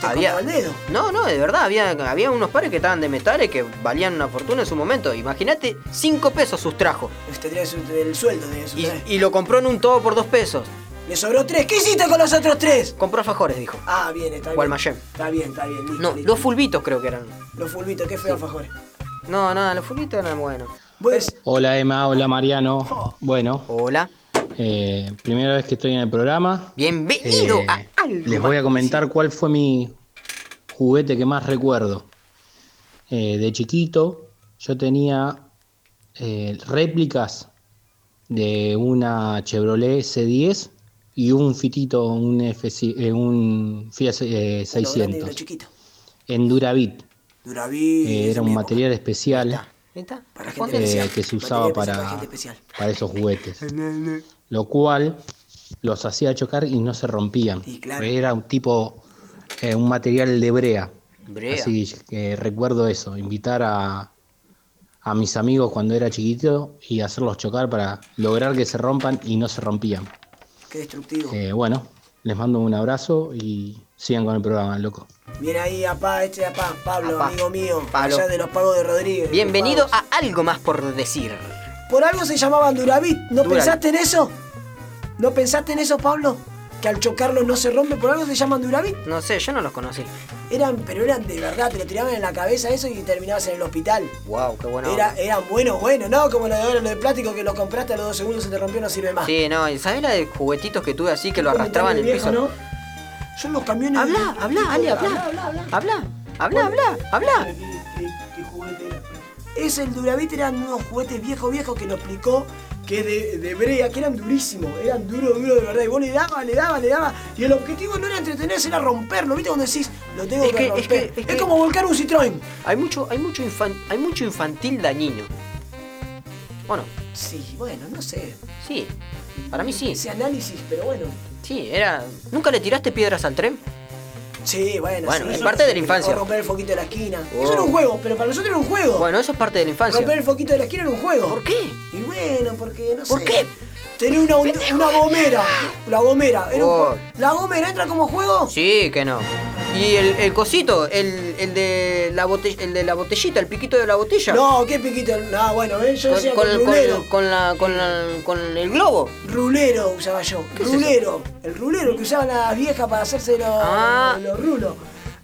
S3: Te cortaba el dedo.
S1: No, no, de verdad, había, había unos pares que estaban de metales que valían una fortuna en su momento. Imagínate, 5 pesos sustrajo.
S3: Este tenía su- el sueldo de eso.
S1: Y,
S3: ¿sabes?
S1: y lo compró en un todo por 2 pesos.
S3: Le sobró tres. ¿Qué hiciste con los otros tres?
S1: Compró alfajores, dijo.
S3: Ah, bien, está bien.
S1: Gualmayén.
S3: Está bien, está bien. listo,
S1: No,
S3: listo.
S1: los fulbitos creo que eran.
S3: Los fulbitos, qué feo alfajores.
S1: No, no, los fulbitos eran buenos.
S3: Pues,
S7: Hola Emma, hola Mariano. Bueno,
S1: Hola.
S7: eh, primera vez que estoy en el programa.
S1: Bienvenido
S7: Eh,
S1: a algo.
S7: les voy a
S1: más.
S7: comentar cuál fue mi juguete que más recuerdo. Eh, de chiquito yo tenía eh, réplicas de una Chevrolet C10 y un fitito, un, F- eh, un Fiat eh,
S3: lo grande y lo
S7: 600
S3: chiquito.
S7: en Duravit.
S3: Duraví.
S7: Eh, era un material especial
S1: Ahí está.
S3: Para gente
S1: Ponte-
S7: eh,
S3: especial.
S7: que se
S3: Material
S7: usaba
S3: especial
S7: para,
S3: gente especial.
S7: para esos juguetes. Lo cual los hacía chocar y no se rompían.
S3: Y claro.
S7: Era un tipo, eh, un material de brea.
S1: Brea.
S7: Así que recuerdo eso, invitar a, a mis amigos cuando era chiquito y hacerlos chocar para lograr que se rompan y no se rompían.
S3: Qué destructivo.
S7: Eh, bueno, les mando un abrazo y sigan con el programa, loco.
S3: Viene ahí, apá, este apá, Pablo,
S1: Apá.
S3: amigo mío,
S1: Pablo.
S3: allá de los pagos de Rodríguez.
S1: Bienvenido
S3: Los
S1: a algo más por decir.
S3: pagos. Por algo se llamaban Duravit, ¿no
S1: Duravit.
S3: pensaste en eso? ¿No pensaste en eso, Pablo? Que al chocarlos no se rompe, por algo se llaman Duravit.
S1: No sé, yo no los conocí.
S3: Eran, pero eran de verdad, te lo tiraban en la cabeza eso y terminabas en el hospital.
S1: Wow, qué bueno.
S3: Era, eran buenos, buenos, ¿no? Como lo de ahora, lo de plástico que lo compraste a los dos segundos se te rompió, no sirve más.
S1: Sí, no, ¿y ¿sabés la de juguetitos que tuve así que lo arrastraban en el
S3: Comentario
S1: piso?
S3: viejo, ¿no? Son los camiones.
S1: Habla, habla, Ale, habla.
S3: habla, habla.
S1: Habla, habla, habla, habla.
S3: Es el Duravit, eran unos juguetes viejos, viejos que nos explicó que de, de brea, que eran durísimos, eran duro, duro de verdad. Y vos le dabas, le dabas, le dabas. Y el objetivo no era entretenerse, era romperlo. ¿Viste cuando decís, lo tengo
S1: Es
S3: que,
S1: que- es
S3: romper? Es,
S1: que- es que-
S3: como volcar un Citroën.
S1: Hay mucho, hay mucho, infan- hay mucho infantil dañino. Bueno,
S3: Sí, bueno, no sé.
S1: sí, para mí sí.
S3: Ese análisis, pero bueno.
S1: Sí, era. ¿Nunca le tiraste piedras al tren?
S3: Sí, bueno.
S1: Bueno,
S3: sí,
S1: es
S3: sí,
S1: parte de la
S3: sí.
S1: infancia.
S3: O romper el foquito de la esquina.
S1: Oh.
S3: Eso era un juego, pero para nosotros era un juego.
S1: Bueno, eso es parte de la infancia.
S3: Romper el foquito de la esquina era un juego.
S1: ¿Por qué?
S3: Y bueno, porque no
S1: ¿Por
S3: sé.
S1: qué?
S3: Tenía una, una gomera. La gomera. Era un
S1: Oh.
S3: ju- ¿La gomera entra como juego?
S1: Sí, que no. Y el, el cosito, el, el de la botella, el de la botellita, el piquito de la botella.
S3: No, qué piquito. No, bueno, ¿eh? yo
S1: Con,
S3: decía
S1: con-
S3: con,
S1: con-
S3: rulero.
S1: con la, con, la- con el globo.
S3: Rulero usaba yo.
S1: ¿Qué es
S3: Rulero. el rulero que usaban las viejas para hacerse los,
S1: Ah.
S3: los rulos.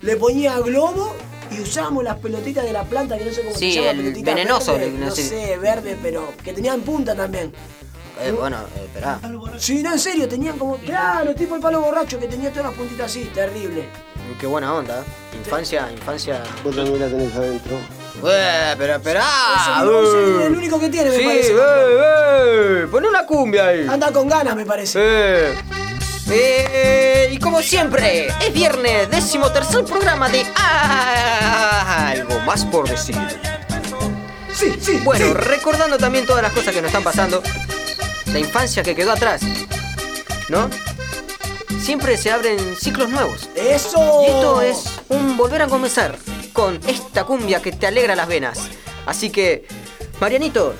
S3: Le ponía globo y usábamos las pelotitas de la planta que no sé cómo
S1: Sí,
S3: se llama.
S1: el
S3: pelotitas
S1: venenoso,
S3: verdes,
S1: le-
S3: no,
S1: no sé.
S3: sé, verde, pero que tenían punta también.
S1: Eh, bueno, eh, esperá.
S3: Sí, no, en serio, tenían como. Claro, tipo el palo borracho que tenía todas las puntitas así, terrible.
S1: Qué buena onda. eh. Infancia, infancia.
S8: Vos también la tenés adentro.
S1: Eh, pero
S3: Ese
S1: esperá.
S3: es el- ese es el
S1: eh.
S3: único que tiene, me
S1: Sí,
S3: parece.
S1: eh, eh, pon una cumbia ahí.
S3: Anda con ganas, me parece.
S1: Eh. Eh, y como siempre, es viernes, décimo tercer programa de Algo más por decir.
S3: Sí, sí.
S1: Bueno,
S3: sí.
S1: recordando también todas las cosas que nos están pasando, la infancia que quedó atrás, ¿no? Siempre se abren ciclos nuevos.
S3: Eso.
S1: Y esto es un volver a comenzar con esta cumbia que te alegra las venas. Así que, Marianito,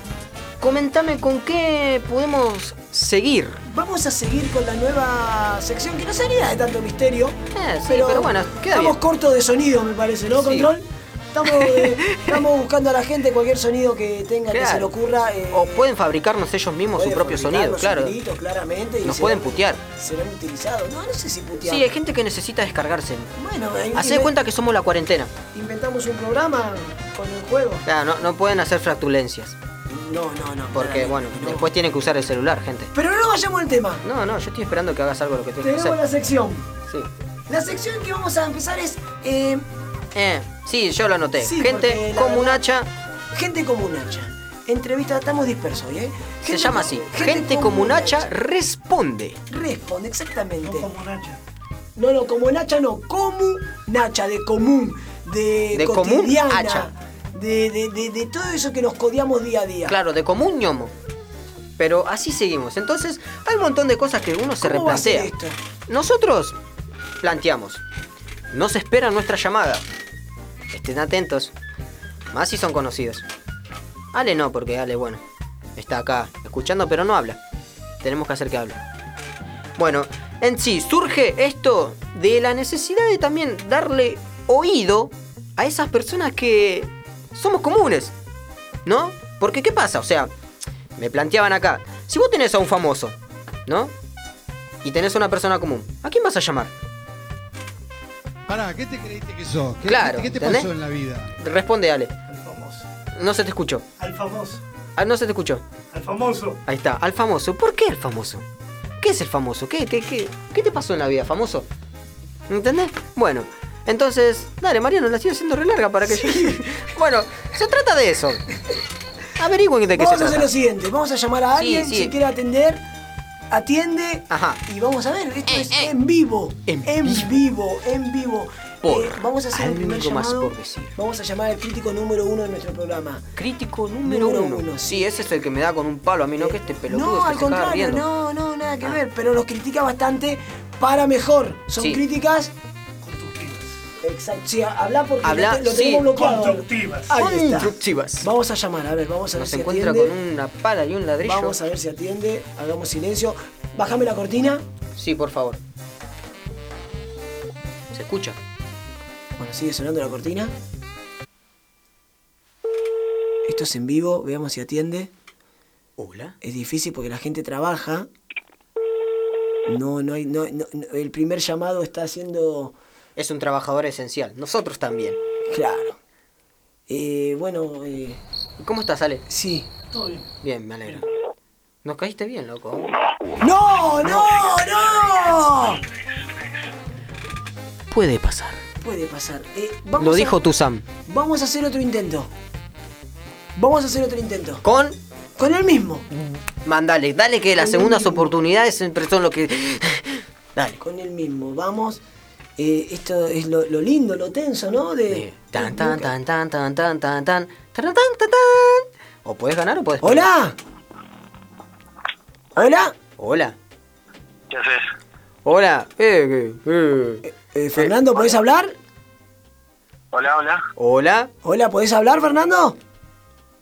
S1: comentame con qué podemos seguir.
S3: Vamos a seguir con la nueva sección que no sería de tanto misterio.
S1: Eh, sí, pero bueno, queda bien.
S3: estamos cortos de sonido, me parece, ¿no,
S1: Sí.
S3: Control? Estamos, eh, estamos buscando a la gente cualquier sonido que tenga, que
S1: Claro.
S3: se le ocurra. eh,
S1: O pueden fabricarnos ellos mismos su
S3: pueden
S1: propio
S3: fabricar
S1: sonido,
S3: los
S1: claro.
S3: soniditos, claramente, y
S1: Nos
S3: serán-
S1: pueden putear.
S3: Serán utilizados. No, no sé si putear.
S1: Sí, hay gente que necesita descargarse.
S3: Bueno, ahí
S1: Haced
S3: inven-
S1: cuenta que somos la cuarentena.
S3: inventamos un programa con el juego.
S1: Claro, no, no pueden hacer fractulencias.
S3: No, no, no.
S1: Porque,
S3: claramente,
S1: bueno,
S3: no.
S1: después tienen que usar el celular, gente.
S3: Pero no vayamos al tema.
S1: No, no, yo estoy esperando que hagas algo de lo que tienes
S3: Tenemos
S1: que
S3: la
S1: hacer.
S3: sección.
S1: Sí.
S3: La sección que vamos a empezar es eh,
S1: Eh, sí, yo lo anoté.
S3: Sí,
S1: gente
S3: porque la
S1: como un
S3: verdad-
S1: hacha.
S3: gente como un hacha. entrevista, estamos dispersos hoy, ¿eh?
S1: Se
S3: Gente
S1: llama
S3: con-
S1: así. Gente como un hacha responde.
S3: Responde, exactamente.
S8: Como Nacha.
S3: No, no, como Nacha no, como Nacha, de común, de,
S1: De común,
S3: cotidiana,
S1: hacha.
S3: De, de- de- de todo eso que nos codiamos día a día.
S1: Claro, de común ñomo. Pero así seguimos. Entonces, hay un montón de cosas que uno se
S3: ¿Cómo va a ser
S1: replantea.
S3: esto?
S1: Nosotros planteamos. Nos espera nuestra llamada. Estén atentos. Más si son conocidos. Ale no, porque Ale, bueno, está acá escuchando, pero no habla. Tenemos que hacer que hable. Bueno, en sí, surge esto de la necesidad de también darle oído a esas personas que somos comunes, ¿no? Porque, ¿qué pasa? O sea, me planteaban acá, si vos tenés a un famoso, ¿no? y tenés una persona común, ¿a quién vas a llamar?
S8: Pará, ¿qué te creíste que sos? ¿Qué,
S1: Claro,
S8: ¿Qué te
S1: ¿entendés?
S8: pasó en la vida?
S1: Responde, Ale.
S8: Al famoso.
S1: No se te escuchó.
S8: Al famoso.
S1: Ah, no se te escuchó.
S8: Al famoso.
S1: Ahí está, al famoso. ¿Por qué el famoso? ¿Qué es el famoso? ¿Qué, qué, qué, qué te pasó en la vida, famoso? ¿Entendés? Bueno, entonces, dale, Mariano, la estoy haciendo re larga para que yo... bueno, se trata de eso. Averigüen de qué se
S3: Vamos a hacer
S1: trata.
S3: lo siguiente, vamos a llamar
S1: Sí,
S3: a alguien
S1: sí.
S3: si quiere atender, atiende
S1: Ajá. Eh,
S3: y vamos a ver, esto es en vivo,
S1: En
S3: en,
S1: vivo.
S3: vivo. en vivo.
S1: Por
S3: Eh, vamos a hacer el primer
S1: algo más
S3: llamado,
S1: por decir.
S3: vamos a llamar al crítico número uno de nuestro programa.
S1: Crítico número,
S3: Número
S1: uno.
S3: uno, Eh,
S1: Sí, ese es el que me da con un palo a mí, no que este pelotudo
S3: No,
S1: que
S3: al
S1: se acaba
S3: contrario,
S1: riendo.
S3: no, no, nada que
S1: Ah.
S3: ver, pero nos critica bastante para mejor. Son
S1: Sí.
S3: críticas,
S8: Constructivas.
S3: exacto, sí, habla porque
S1: Habla,
S3: lo, te- lo
S1: sí.
S3: tenemos bloqueado.
S8: Constructivas.
S3: Ahí está.
S1: Constructivas.
S3: Vamos a llamar, a ver, vamos a ver
S1: Nos
S3: si
S1: encuentra
S3: atiende.
S1: con una pala y un ladrillo.
S3: Vamos a ver si atiende, hagamos silencio. Bájame la cortina.
S1: Sí, por favor. Se escucha.
S3: Bueno, sigue sonando la cortina. Esto es en vivo, veamos si atiende.
S1: Hola.
S3: Es difícil porque la gente trabaja. No, no hay. No, no- no- el primer llamado está haciendo.
S1: Es un trabajador esencial. Nosotros también.
S3: Claro. Eh, bueno, eh,
S1: ¿Cómo estás, Ale?
S3: sí.
S1: Bien, me alegro. Nos caíste bien, loco.
S3: ¡No, no, no!
S1: Puede pasar.
S3: Puede pasar. Eh, vamos
S1: Lo
S3: a-
S1: dijo tu Sam.
S3: Vamos a hacer otro intento. Vamos a hacer otro intento.
S1: Con.
S3: Con el mismo.
S1: Mm. Mandale, dale que las segundas oportunidades siempre son lo que. Dale.
S3: Con el mismo. Vamos. Eh, esto es lo, lo lindo, lo tenso, ¿no? De.
S1: Tan, tan, tan, tan, tan, tan, tan, tan, tan, tan, tan, tan. O puedes ganar o puedes.
S3: ¡Hola! ¿Hola?
S1: Hola.
S9: ¿Qué haces?
S1: Hola. Eh, eh, eh.
S3: Eh, Fernando, ¿podés hablar?
S9: Hola, hola.
S1: Hola.
S3: Hola, ¿podés hablar, Fernando?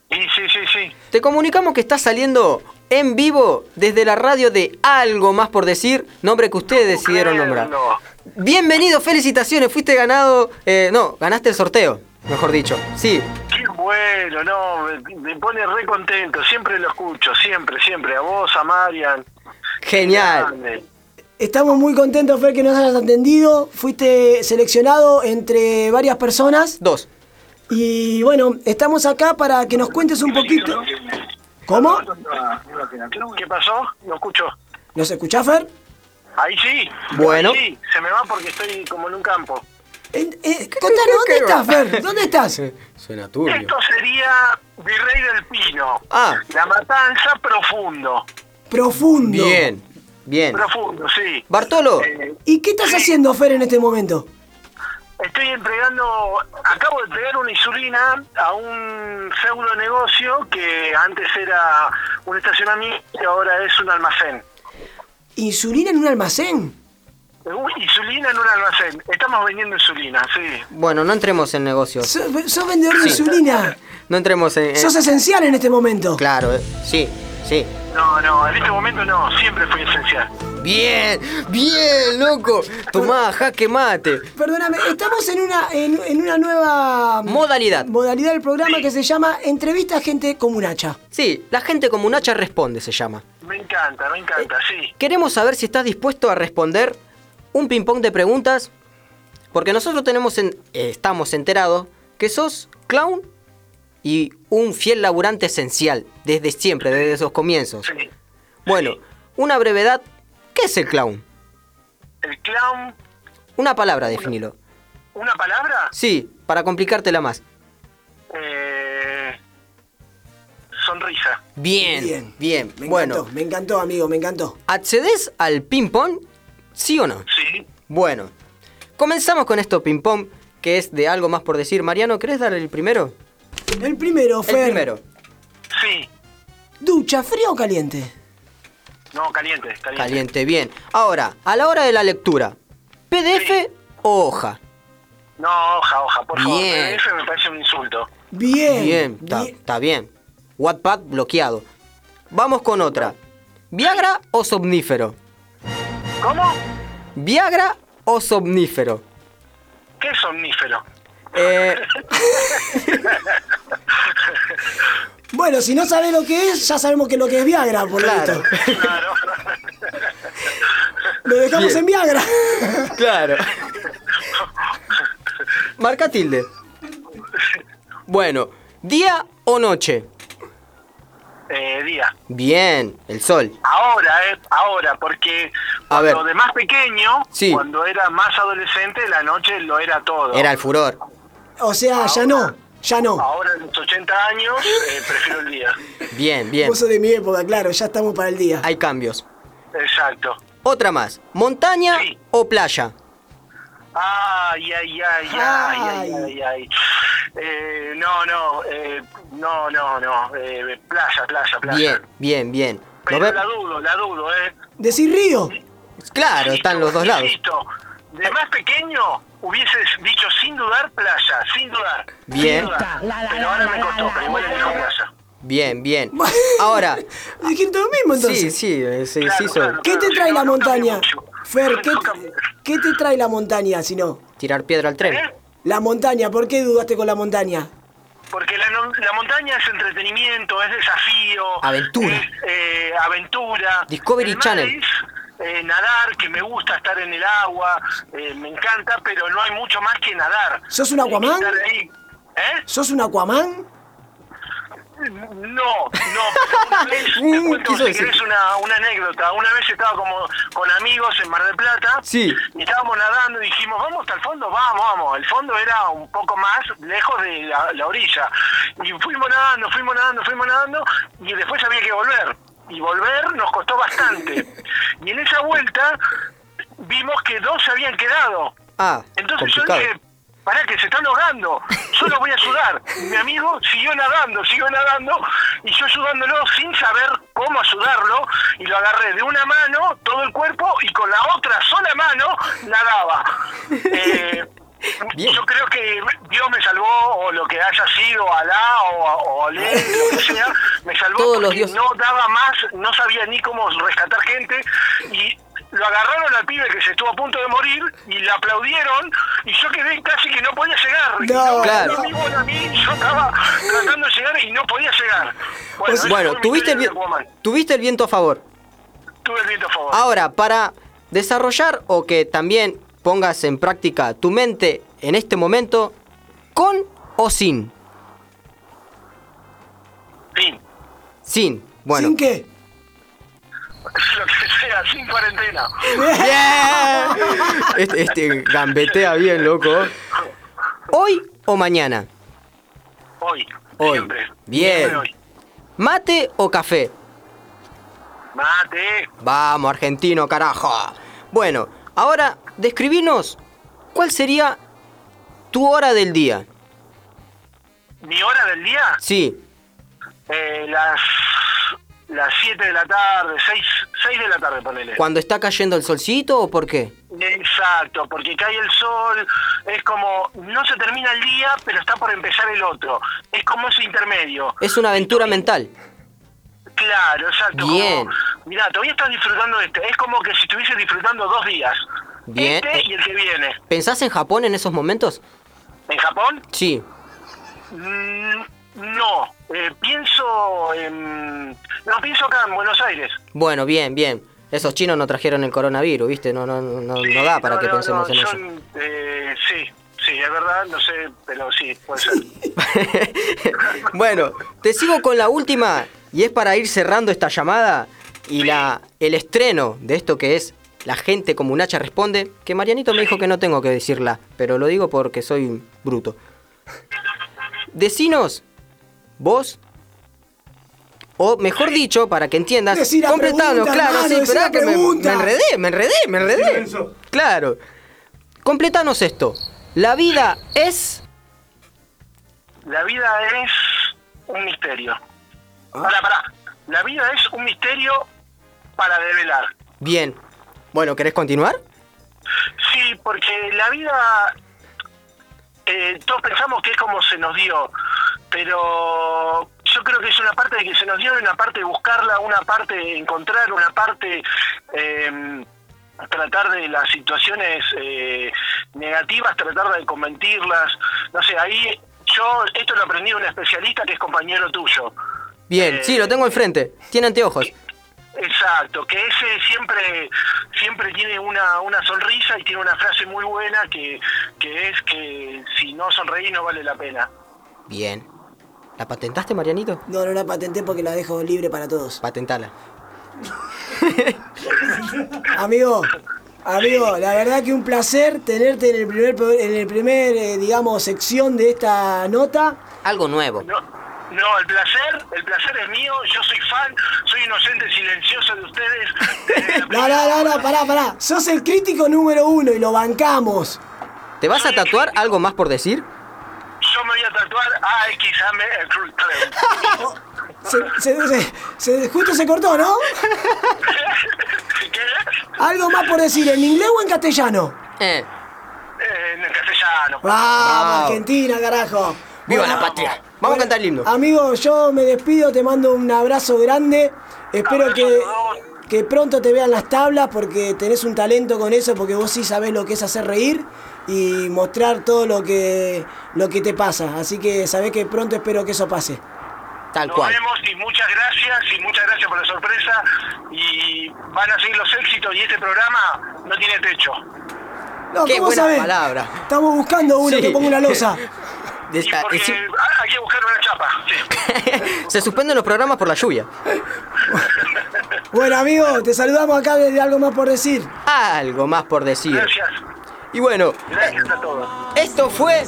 S9: Y sí, sí, sí.
S1: Te comunicamos que está saliendo en vivo desde la radio de Algo Más por Decir, nombre que ustedes decidieron nombrar.
S9: Creerlo.
S1: Bienvenido, felicitaciones, fuiste ganado, eh, no, ganaste el sorteo, mejor dicho. Sí,
S9: Qué bueno, no, me, me pone re contento. Siempre lo escucho, siempre, siempre. A vos, a Marian.
S1: genial.
S9: Grande.
S3: Estamos muy contentos, Fer, que nos hayas atendido. Fuiste seleccionado entre varias personas.
S1: Dos.
S3: Y bueno, estamos acá para que nos cuentes un poquito. ¿Cómo?
S9: ¿Qué pasó? Lo escucho.
S3: ¿Nos escuchás, Fer?
S9: Ahí sí.
S1: Bueno.
S9: Ahí sí, se me va porque estoy como en un campo.
S3: En- eh, contanos, ¿dónde estás, Fer? ¿Dónde estás?
S1: Suena turbio.
S9: Esto sería Virrey del Pino.
S1: Ah.
S9: La matanza profundo.
S3: Profundo.
S1: Bien, bien.
S9: Profundo, sí.
S1: Bartolo,
S9: Eh,
S3: ¿Y qué estás haciendo, Fer, en este momento?
S9: Estoy entregando, acabo de entregar una insulina a un pseudo negocio que antes era un estacionamiento y ahora es un almacén.
S3: ¿Insulina en un almacén?
S9: Uy, insulina en un almacén. Estamos vendiendo insulina, sí.
S1: bueno, no entremos en negocios.
S3: ¿Sos, sos vendedor de insulina?
S1: No entremos en... en-
S3: ¿Sos esencial en este momento?
S1: Eh. Claro, eh, sí, sí.
S9: No, no, en este momento no, siempre fui esencial.
S1: Bien, bien, loco. Tomá, jaque mate.
S3: Perdóname, estamos en una, en, en una nueva
S1: Modalidad.
S3: modalidad del programa que se llama Entrevista a Gente Comunacha.
S1: Sí, la gente como un hacha responde, se llama.
S9: Me encanta, me
S1: Eh.
S9: encanta, sí.
S1: Queremos saber si estás dispuesto a responder un ping-pong de preguntas. Porque nosotros tenemos en- eh, estamos enterados que sos clown y un fiel laburante esencial desde siempre, desde esos comienzos.
S9: sí.
S1: Bueno, una brevedad. ¿Qué es el clown?
S9: El clown,
S1: Una palabra, definilo.
S9: ¿una palabra?
S1: Sí, para complicártela más.
S9: Eh, son risa.
S1: Bien, bien.
S3: Bien. Me
S1: bueno,
S3: encantó, me encantó, amigo, me encantó.
S1: ¿accedes al ping-pong? ¿Sí o no?
S9: Sí.
S1: Bueno, comenzamos con esto ping-pong, que es de algo más por decir. Mariano, ¿querés dar el primero?
S3: El primero, Fer.
S1: El primero.
S9: Sí.
S3: ¿Ducha fría o caliente?
S9: No, caliente, caliente.
S1: Caliente, bien. Ahora, a la hora de la lectura, ¿PDF
S9: Sí.
S1: o hoja?
S9: No, hoja, hoja, por favor.
S1: Bien.
S9: Eso me parece un insulto.
S3: Bien.
S1: Bien, está-
S3: Bien.
S1: está bien. Wattpad bloqueado. Vamos con otra. ¿Viagra o somnífero?
S9: ¿Cómo?
S1: ¿Viagra o somnífero?
S9: ¿Qué es omnífero?
S1: Eh,
S3: Bueno, si no sabes lo que es, ya sabemos que lo que es Viagra, por
S1: Claro.
S3: lo visto.
S9: Claro.
S3: Lo dejamos
S1: Bien.
S3: en Viagra.
S1: claro. Marca tilde. Bueno, ¿día o noche?
S9: Eh, día.
S1: Bien, el sol.
S9: Ahora, eh, ahora, porque
S1: A ver.
S9: cuando de más pequeño,
S1: Sí.
S9: cuando era más adolescente, la noche lo era todo.
S1: Era el furor.
S3: O sea, ya no, ya no.
S9: Ahora, en los 80 años, eh, prefiero el día.
S1: Bien, bien.
S3: Vos sos de mi época, claro, ya estamos para el día.
S1: Hay cambios.
S9: Exacto.
S1: Otra más. ¿Montaña
S9: Sí.
S1: o playa?
S9: Ay, ay, ay, ay, ay, ay, ay. Eh, no, no, eh, no, no, no. Eh, playa, playa, playa.
S1: Bien, bien, bien. ¿Lo
S9: Pero
S1: ve-
S9: la dudo, la dudo, ¿eh?
S3: Decir río.
S1: Claro, están los dos lados.
S9: Listo. De más pequeño hubieses dicho sin dudar playa, sin dudar. sin
S1: Bien.
S9: dudar. Pero ahora me costó, pero igual elijo playa.
S1: Bien, bien. Ahora,
S3: Dijiste lo mismo entonces.
S1: Ah. sí, sí, eh, sí,
S9: Claro,
S1: sí, soy.
S9: claro.
S3: ¿Qué te trae la
S9: No, no cambia
S3: montaña?
S9: mucho.
S3: Fer,
S9: No
S3: ¿qué,
S9: cambia.
S3: qué te trae la montaña si no?
S1: Tirar piedra al tren.
S9: ¿Eh?
S3: La montaña, ¿por qué dudaste con la montaña?
S9: Porque la, no- la montaña es entretenimiento, es desafío,
S1: Aventura.
S9: es eh, aventura.
S1: Discovery
S9: El mar
S1: Channel.
S9: es, eh, nadar, que me gusta estar en el agua, eh, me encanta, pero no hay mucho más que nadar.
S3: ¿Sos un
S9: Hay que
S3: Aquaman?
S9: estar ahí. ¿Eh?
S3: ¿Sos un Aquaman?
S9: No, no, pero una vez, te
S1: Mm,
S9: cuento
S1: quiso
S9: si
S1: decir.
S9: querés una, una anécdota. Una vez estaba como con amigos en Mar del Plata
S1: Sí.
S9: y estábamos nadando y dijimos, vamos hasta el fondo, vamos, vamos. El fondo era un poco más lejos de la, la orilla. Y fuimos nadando, fuimos nadando, fuimos nadando y después había que volver. Y volver nos costó bastante. Y en esa vuelta vimos que dos se habían quedado.
S1: Ah,
S9: Entonces
S1: complicado.
S9: yo dije, pará que se están ahogando, yo los voy a ayudar. Y Mi amigo siguió nadando, siguió nadando, y yo ayudándolo sin saber cómo ayudarlo, y lo agarré de una mano, todo el cuerpo, y con la otra sola mano nadaba. Eh,
S1: Bien.
S9: Yo creo que Dios me salvó, o lo que haya sido, Alá o, o Alé, lo que sea, me salvó
S1: Todos los
S9: porque
S1: dioses.
S9: no daba más, no sabía ni cómo rescatar gente y lo agarraron al pibe que se estuvo a punto de morir y le aplaudieron y yo quedé casi que no podía llegar. Y
S3: No,
S1: claro.
S9: a mí, bueno, a mí, yo estaba tratando de llegar y no podía llegar. Bueno, esa
S1: Pues, Bueno,
S9: fue mi
S1: tuviste el,
S9: historia
S1: vi-
S9: de Aquaman.
S1: tuviste el viento a favor.
S9: Tuve el viento a favor.
S1: Ahora, para desarrollar o que también pongas en práctica tu mente en este momento, con o sin.
S9: Fin.
S1: Sin. Bueno.
S3: ¿Sin qué?
S9: Lo que sea, sin cuarentena.
S1: Bien. Este, este gambetea bien, loco. Hoy o mañana.
S9: Hoy.
S1: Hoy.
S9: Siempre.
S1: Bien.
S9: Siempre hoy.
S1: Mate o café.
S9: Mate.
S1: Vamos, argentino, carajo. Bueno, ahora describinos cuál sería tu hora del día.
S9: Mi hora del día.
S1: Sí,
S9: Eh, las las 7 de la tarde, 6, 6 de la tarde, ponele.
S1: cuando está cayendo el solcito o por qué?
S9: Exacto, porque cae el sol, es como, no se termina el día, pero está por empezar el otro. Es como ese intermedio.
S1: Es una aventura mental.
S9: Claro, exacto.
S1: Bien.
S9: Como, mirá, todavía estás disfrutando de este. Es como que si estuviese disfrutando dos días.
S1: Bien.
S9: Este y el que viene.
S1: ¿Pensás en Japón en esos momentos?
S9: ¿En Japón?
S1: Sí.
S9: Mm, no. Eh, pienso en... No, pienso acá en Buenos Aires.
S1: Bueno, bien, bien. Esos chinos no trajeron el coronavirus, ¿viste? No, no, no, no- no da para
S9: Sí,
S1: que
S9: no, no,
S1: pensemos
S9: no,
S1: en eso.
S9: yo, eh, sí, sí, es verdad, no sé, pero sí, puede ser.
S1: bueno, te sigo con la última y es para ir cerrando esta llamada y la el estreno de esto que es la gente como un hacha responde, que Marianito me dijo que no tengo que decirla, pero lo digo porque soy un bruto. Decinos, vos, O mejor dicho, para que entiendas,
S3: Decí la
S1: completando,
S3: pregunta,
S1: claro,
S3: hermano,
S1: sí,
S3: decí
S1: esperá
S3: la
S1: que me,
S3: pregunta.
S1: me enredé, me enredé, me enredé.
S3: Lorenzo.
S1: Claro. Completanos esto. La vida es.
S9: La vida es un misterio. Pará, pará. La vida es un misterio para develar.
S1: Bien. Bueno, ¿querés continuar?
S9: Sí, porque la vida, eh, todos pensamos que es como se nos dio, pero yo creo que es una parte de que se nos dio, y una parte de buscarla, una parte de encontrar, una parte eh, tratar de las situaciones eh, negativas, tratar de convertirlas. No sé, ahí yo, esto lo aprendí de un especialista que es compañero tuyo.
S1: Bien,
S9: Eh,
S1: sí, lo tengo enfrente. Tiene anteojos.
S9: Exacto, que ese siempre siempre tiene una, una sonrisa y tiene una frase muy buena que, que es que si no sonreí no vale la pena.
S1: Bien. ¿La patentaste, Marianito?
S3: No, no la patenté porque la dejo libre para todos.
S1: Patentala.
S3: Amigo, amigo, la verdad que un placer tenerte en el primer, pro- en el primer eh, digamos, sección de esta nota.
S1: Algo nuevo.
S9: No, no, el placer, el placer es mío, yo soy fan, soy inocente silencioso de ustedes. Desde la
S3: No,
S9: primera
S3: no, no,
S9: hora.
S3: no, pará, pará. Sos el crítico número uno y lo bancamos.
S1: ¿Te vas a tatuar algo más por decir?
S9: Yo me voy a tatuar AXM Crew Club.
S3: Se, se- se- se- justo se cortó, ¿no?
S9: ¿Qué?
S3: Algo más por decir, ¿en inglés o en castellano?
S1: Eh.
S9: Eh, en castellano.
S3: Vamos,
S1: Wow.
S3: Argentina, carajo.
S1: ¡Viva
S3: Bueno,
S1: la patria! Vamos a cantar el himno.
S3: Amigo, yo me despido, te mando un abrazo grande. Espero
S9: Abrazo
S3: que,
S9: a los
S3: que pronto te vean las tablas porque tenés un talento con eso, porque vos sí sabés lo que es hacer reír y mostrar todo lo que, lo que te pasa. Así que sabés que pronto espero que eso pase.
S1: Tal
S9: Nos
S1: cual.
S9: vemos y muchas gracias y muchas gracias por la sorpresa y van a seguir los éxitos y este programa no tiene techo.
S3: No,
S1: Qué
S3: ¿cómo
S1: buena
S3: sabés?
S1: palabra.
S3: Estamos buscando uno
S1: Sí.
S3: que ponga una losa.
S1: De-
S9: Y
S1: ah,
S9: porque
S1: sí.
S9: ha- hay que buscar una chapa. sí.
S1: Se suspenden los programas por la lluvia.
S3: Bueno, amigo, te saludamos acá desde algo más por decir.
S1: Algo más por decir.
S9: Gracias.
S1: Y bueno,
S9: Gracias a todos.
S1: esto fue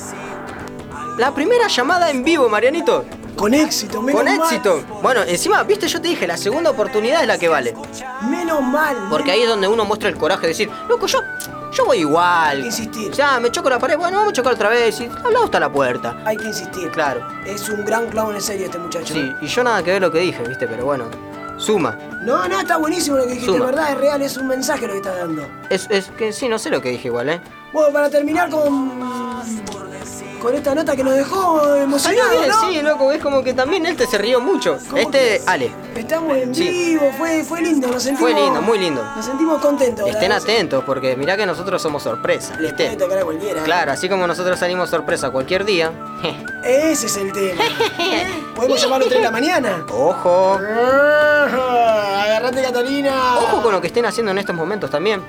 S1: la primera llamada en vivo, Marianito.
S3: Con éxito, menos
S1: Con
S3: mal.
S1: éxito. Bueno, encima, viste, yo te dije, la segunda oportunidad es la que vale.
S3: Menos mal.
S1: Porque ahí es donde uno muestra el coraje de decir, loco, yo, yo voy igual.
S3: Insistir.
S1: Ya, me choco la pared, bueno, vamos a chocar otra vez. Y al lado está la puerta.
S3: Hay que insistir.
S1: Claro.
S3: Es un gran clown en serio este muchacho.
S1: Sí, y yo nada que ver lo que dije, viste, pero bueno. Suma.
S3: No, no, está buenísimo lo que dijiste,
S1: Suma.
S3: de verdad, es real, es un mensaje lo que estás dando.
S1: Es, es que sí, no sé lo que dije igual, ¿eh?
S3: Bueno, para terminar con. con esta nota que nos dejó
S1: Salió
S3: emocionados,
S1: bien,
S3: ¿no?
S1: sí, loco, es como que también este se rió mucho.
S3: ¿Cómo
S1: Este,
S3: que-
S1: Ale,
S3: Estamos en
S1: Sí.
S3: vivo, fue, fue lindo, nos sentimos.
S1: fue lindo, muy lindo.
S3: Nos sentimos contentos.
S1: Estén
S3: la verdad.
S1: atentos porque mirá que nosotros somos sorpresa,
S3: Les puede
S1: ¿viste?
S3: tocar a cualquiera. ¿eh?
S1: Claro, así como nosotros salimos sorpresa cualquier día.
S3: Ese es el tema. Podemos llamarlo 3 de la mañana.
S1: Ojo.
S3: Eh. Agarrate, Catalina.
S1: Ojo con lo que estén haciendo en estos momentos también.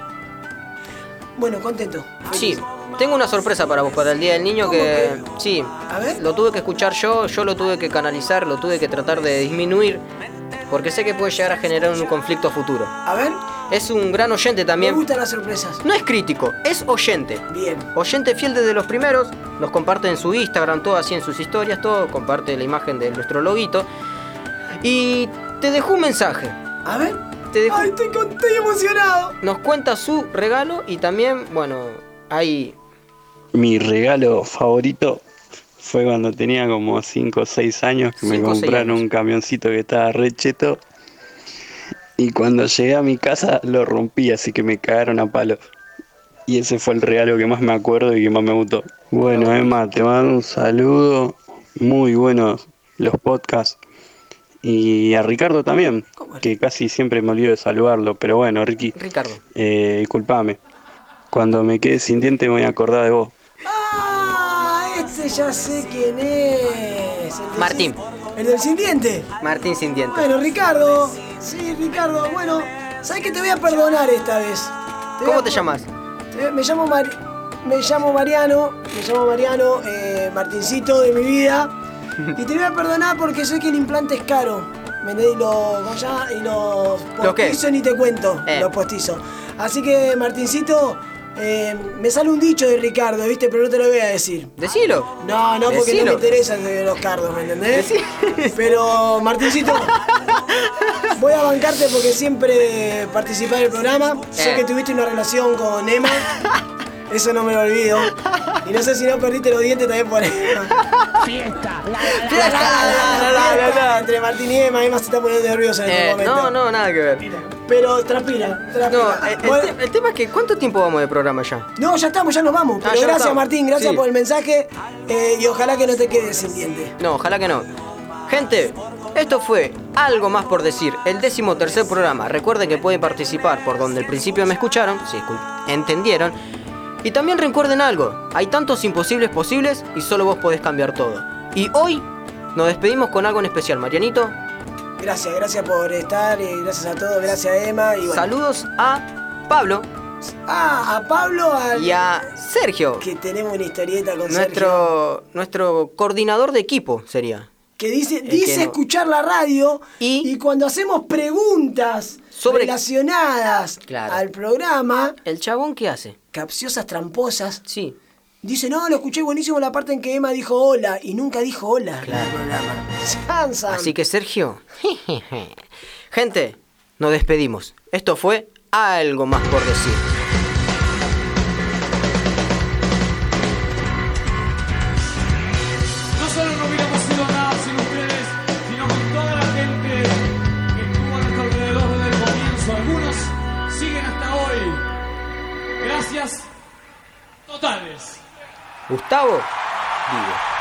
S3: Bueno, contento.
S1: Sí, tengo una sorpresa para vos, para el Día del Niño que... Sí,
S3: A ver.
S1: lo tuve que escuchar yo, yo lo tuve que canalizar, lo tuve que tratar de disminuir, porque sé que puede llegar a generar un conflicto futuro.
S3: A ver,
S1: Es un gran oyente
S3: me
S1: también.
S3: gustan las sorpresas.
S1: No es crítico, es oyente.
S3: Bien.
S1: Oyente fiel desde los primeros, nos comparte en su Instagram, todo así en sus historias, todo, comparte la imagen de nuestro loguito. Y te dejó un mensaje.
S3: A ver.
S1: Te dejó-
S3: Ay, estoy, con- estoy emocionado.
S1: Nos cuenta su regalo y también, bueno, hay
S10: Mi regalo favorito fue cuando tenía como 5 o 6 años que me
S1: Cinco o seis
S10: compraron
S1: años.
S10: un camioncito que estaba recheto y cuando llegué a mi casa lo rompí, así que me cagaron a palo. Y ese fue el regalo que más me acuerdo y que más me gustó. Bueno, Emma, te mando un saludo. Muy buenos los podcasts. Y a Ricardo también, que casi siempre me olvido de saludarlo. Pero bueno, Ricky,
S1: Ricardo.
S10: eh, disculpame. Cuando me quede sin diente me voy a acordar de vos.
S3: Ah, este ya sé quién es. El del
S1: Martín.
S3: sin- El del sin diente.
S1: Martín sin dientes.
S3: Bueno, Ricardo. Sí, Ricardo. Bueno, ¿sabes que te voy a perdonar esta vez? voy
S1: ¿Cómo
S3: a-
S1: te llamas?
S3: te- Eh, Me llamo Mar- Me llamo Mariano, me llamo Mariano, eh, Martincito de mi vida. Y te voy a perdonar porque sé que el implante es caro. ¿Me entendés? Y los, ¿cómo se llama? Y los
S1: ¿Los qué?
S3: postizos ni te cuento,
S1: Eh.
S3: los postizos. Así que, Martincito, Eh, me sale un dicho de Ricardo, ¿viste? Pero no te lo voy a decir.
S1: Decilo.
S3: No, no, porque
S1: Decilo.
S3: no me interesan eh, los cardos, ¿me entendés? Pero, Martincito, voy a bancarte porque siempre participás del programa. Sé
S1: Eh.
S3: que tuviste una relación con Emma. Eso no me lo olvido. Y no sé si no perdiste los dientes también por eso.
S11: Fiesta.
S3: Fiesta, la, la, la, la, la, Entre Martín y Emma, Emma se está poniendo nerviosa en este
S1: Eh,
S3: momento.
S1: no, no, nada que ver.
S3: Pero transpira, transpira.
S1: No, eh, el, te- el tema es que ¿cuánto tiempo vamos de programa ya?
S3: No, ya estamos, ya nos vamos.
S1: Ah,
S3: Pero
S1: ya
S3: gracias,
S1: estamos.
S3: Martín, gracias
S1: Sí.
S3: por el mensaje. eh, y ojalá que no te quedes sin dientes.
S1: No, ojalá que no. Gente, esto fue algo más por decir, el décimo tercer programa. Recuerden que pueden participar por donde al principio me escucharon, si escu- entendieron. Y también recuerden algo, hay tantos imposibles posibles y solo vos podés cambiar todo. Y hoy nos despedimos con algo en especial, Marianito.
S3: Gracias, gracias por estar, eh, gracias a todos, gracias a Emma. Y bueno.
S1: Saludos a Pablo
S3: Ah, a Pablo, al-
S1: y a Sergio,
S3: que tenemos una historieta con Sergio.
S1: nuestro, nuestro coordinador de equipo sería.
S3: Que dice,
S1: que
S3: dice
S1: no-
S3: escuchar la radio y, cuando hacemos preguntas
S1: Sobre-
S3: relacionadas
S1: Claro.
S3: al programa,
S1: ¿El chabón qué hace?
S3: capciosas tramposas,
S1: Sí.
S3: dice, no, lo escuché buenísimo la parte en que Emma dijo hola y nunca dijo hola. Chanza.
S1: Así que Sergio. Gente, nos despedimos. Esto fue algo más por decir.
S11: No solo no hubiéramos sido nada sin ustedes, sino con toda la gente que estuvo a nuestro alrededor desde el comienzo. Algunos siguen hasta hoy. Gracias totales.
S1: Gustavo, digo.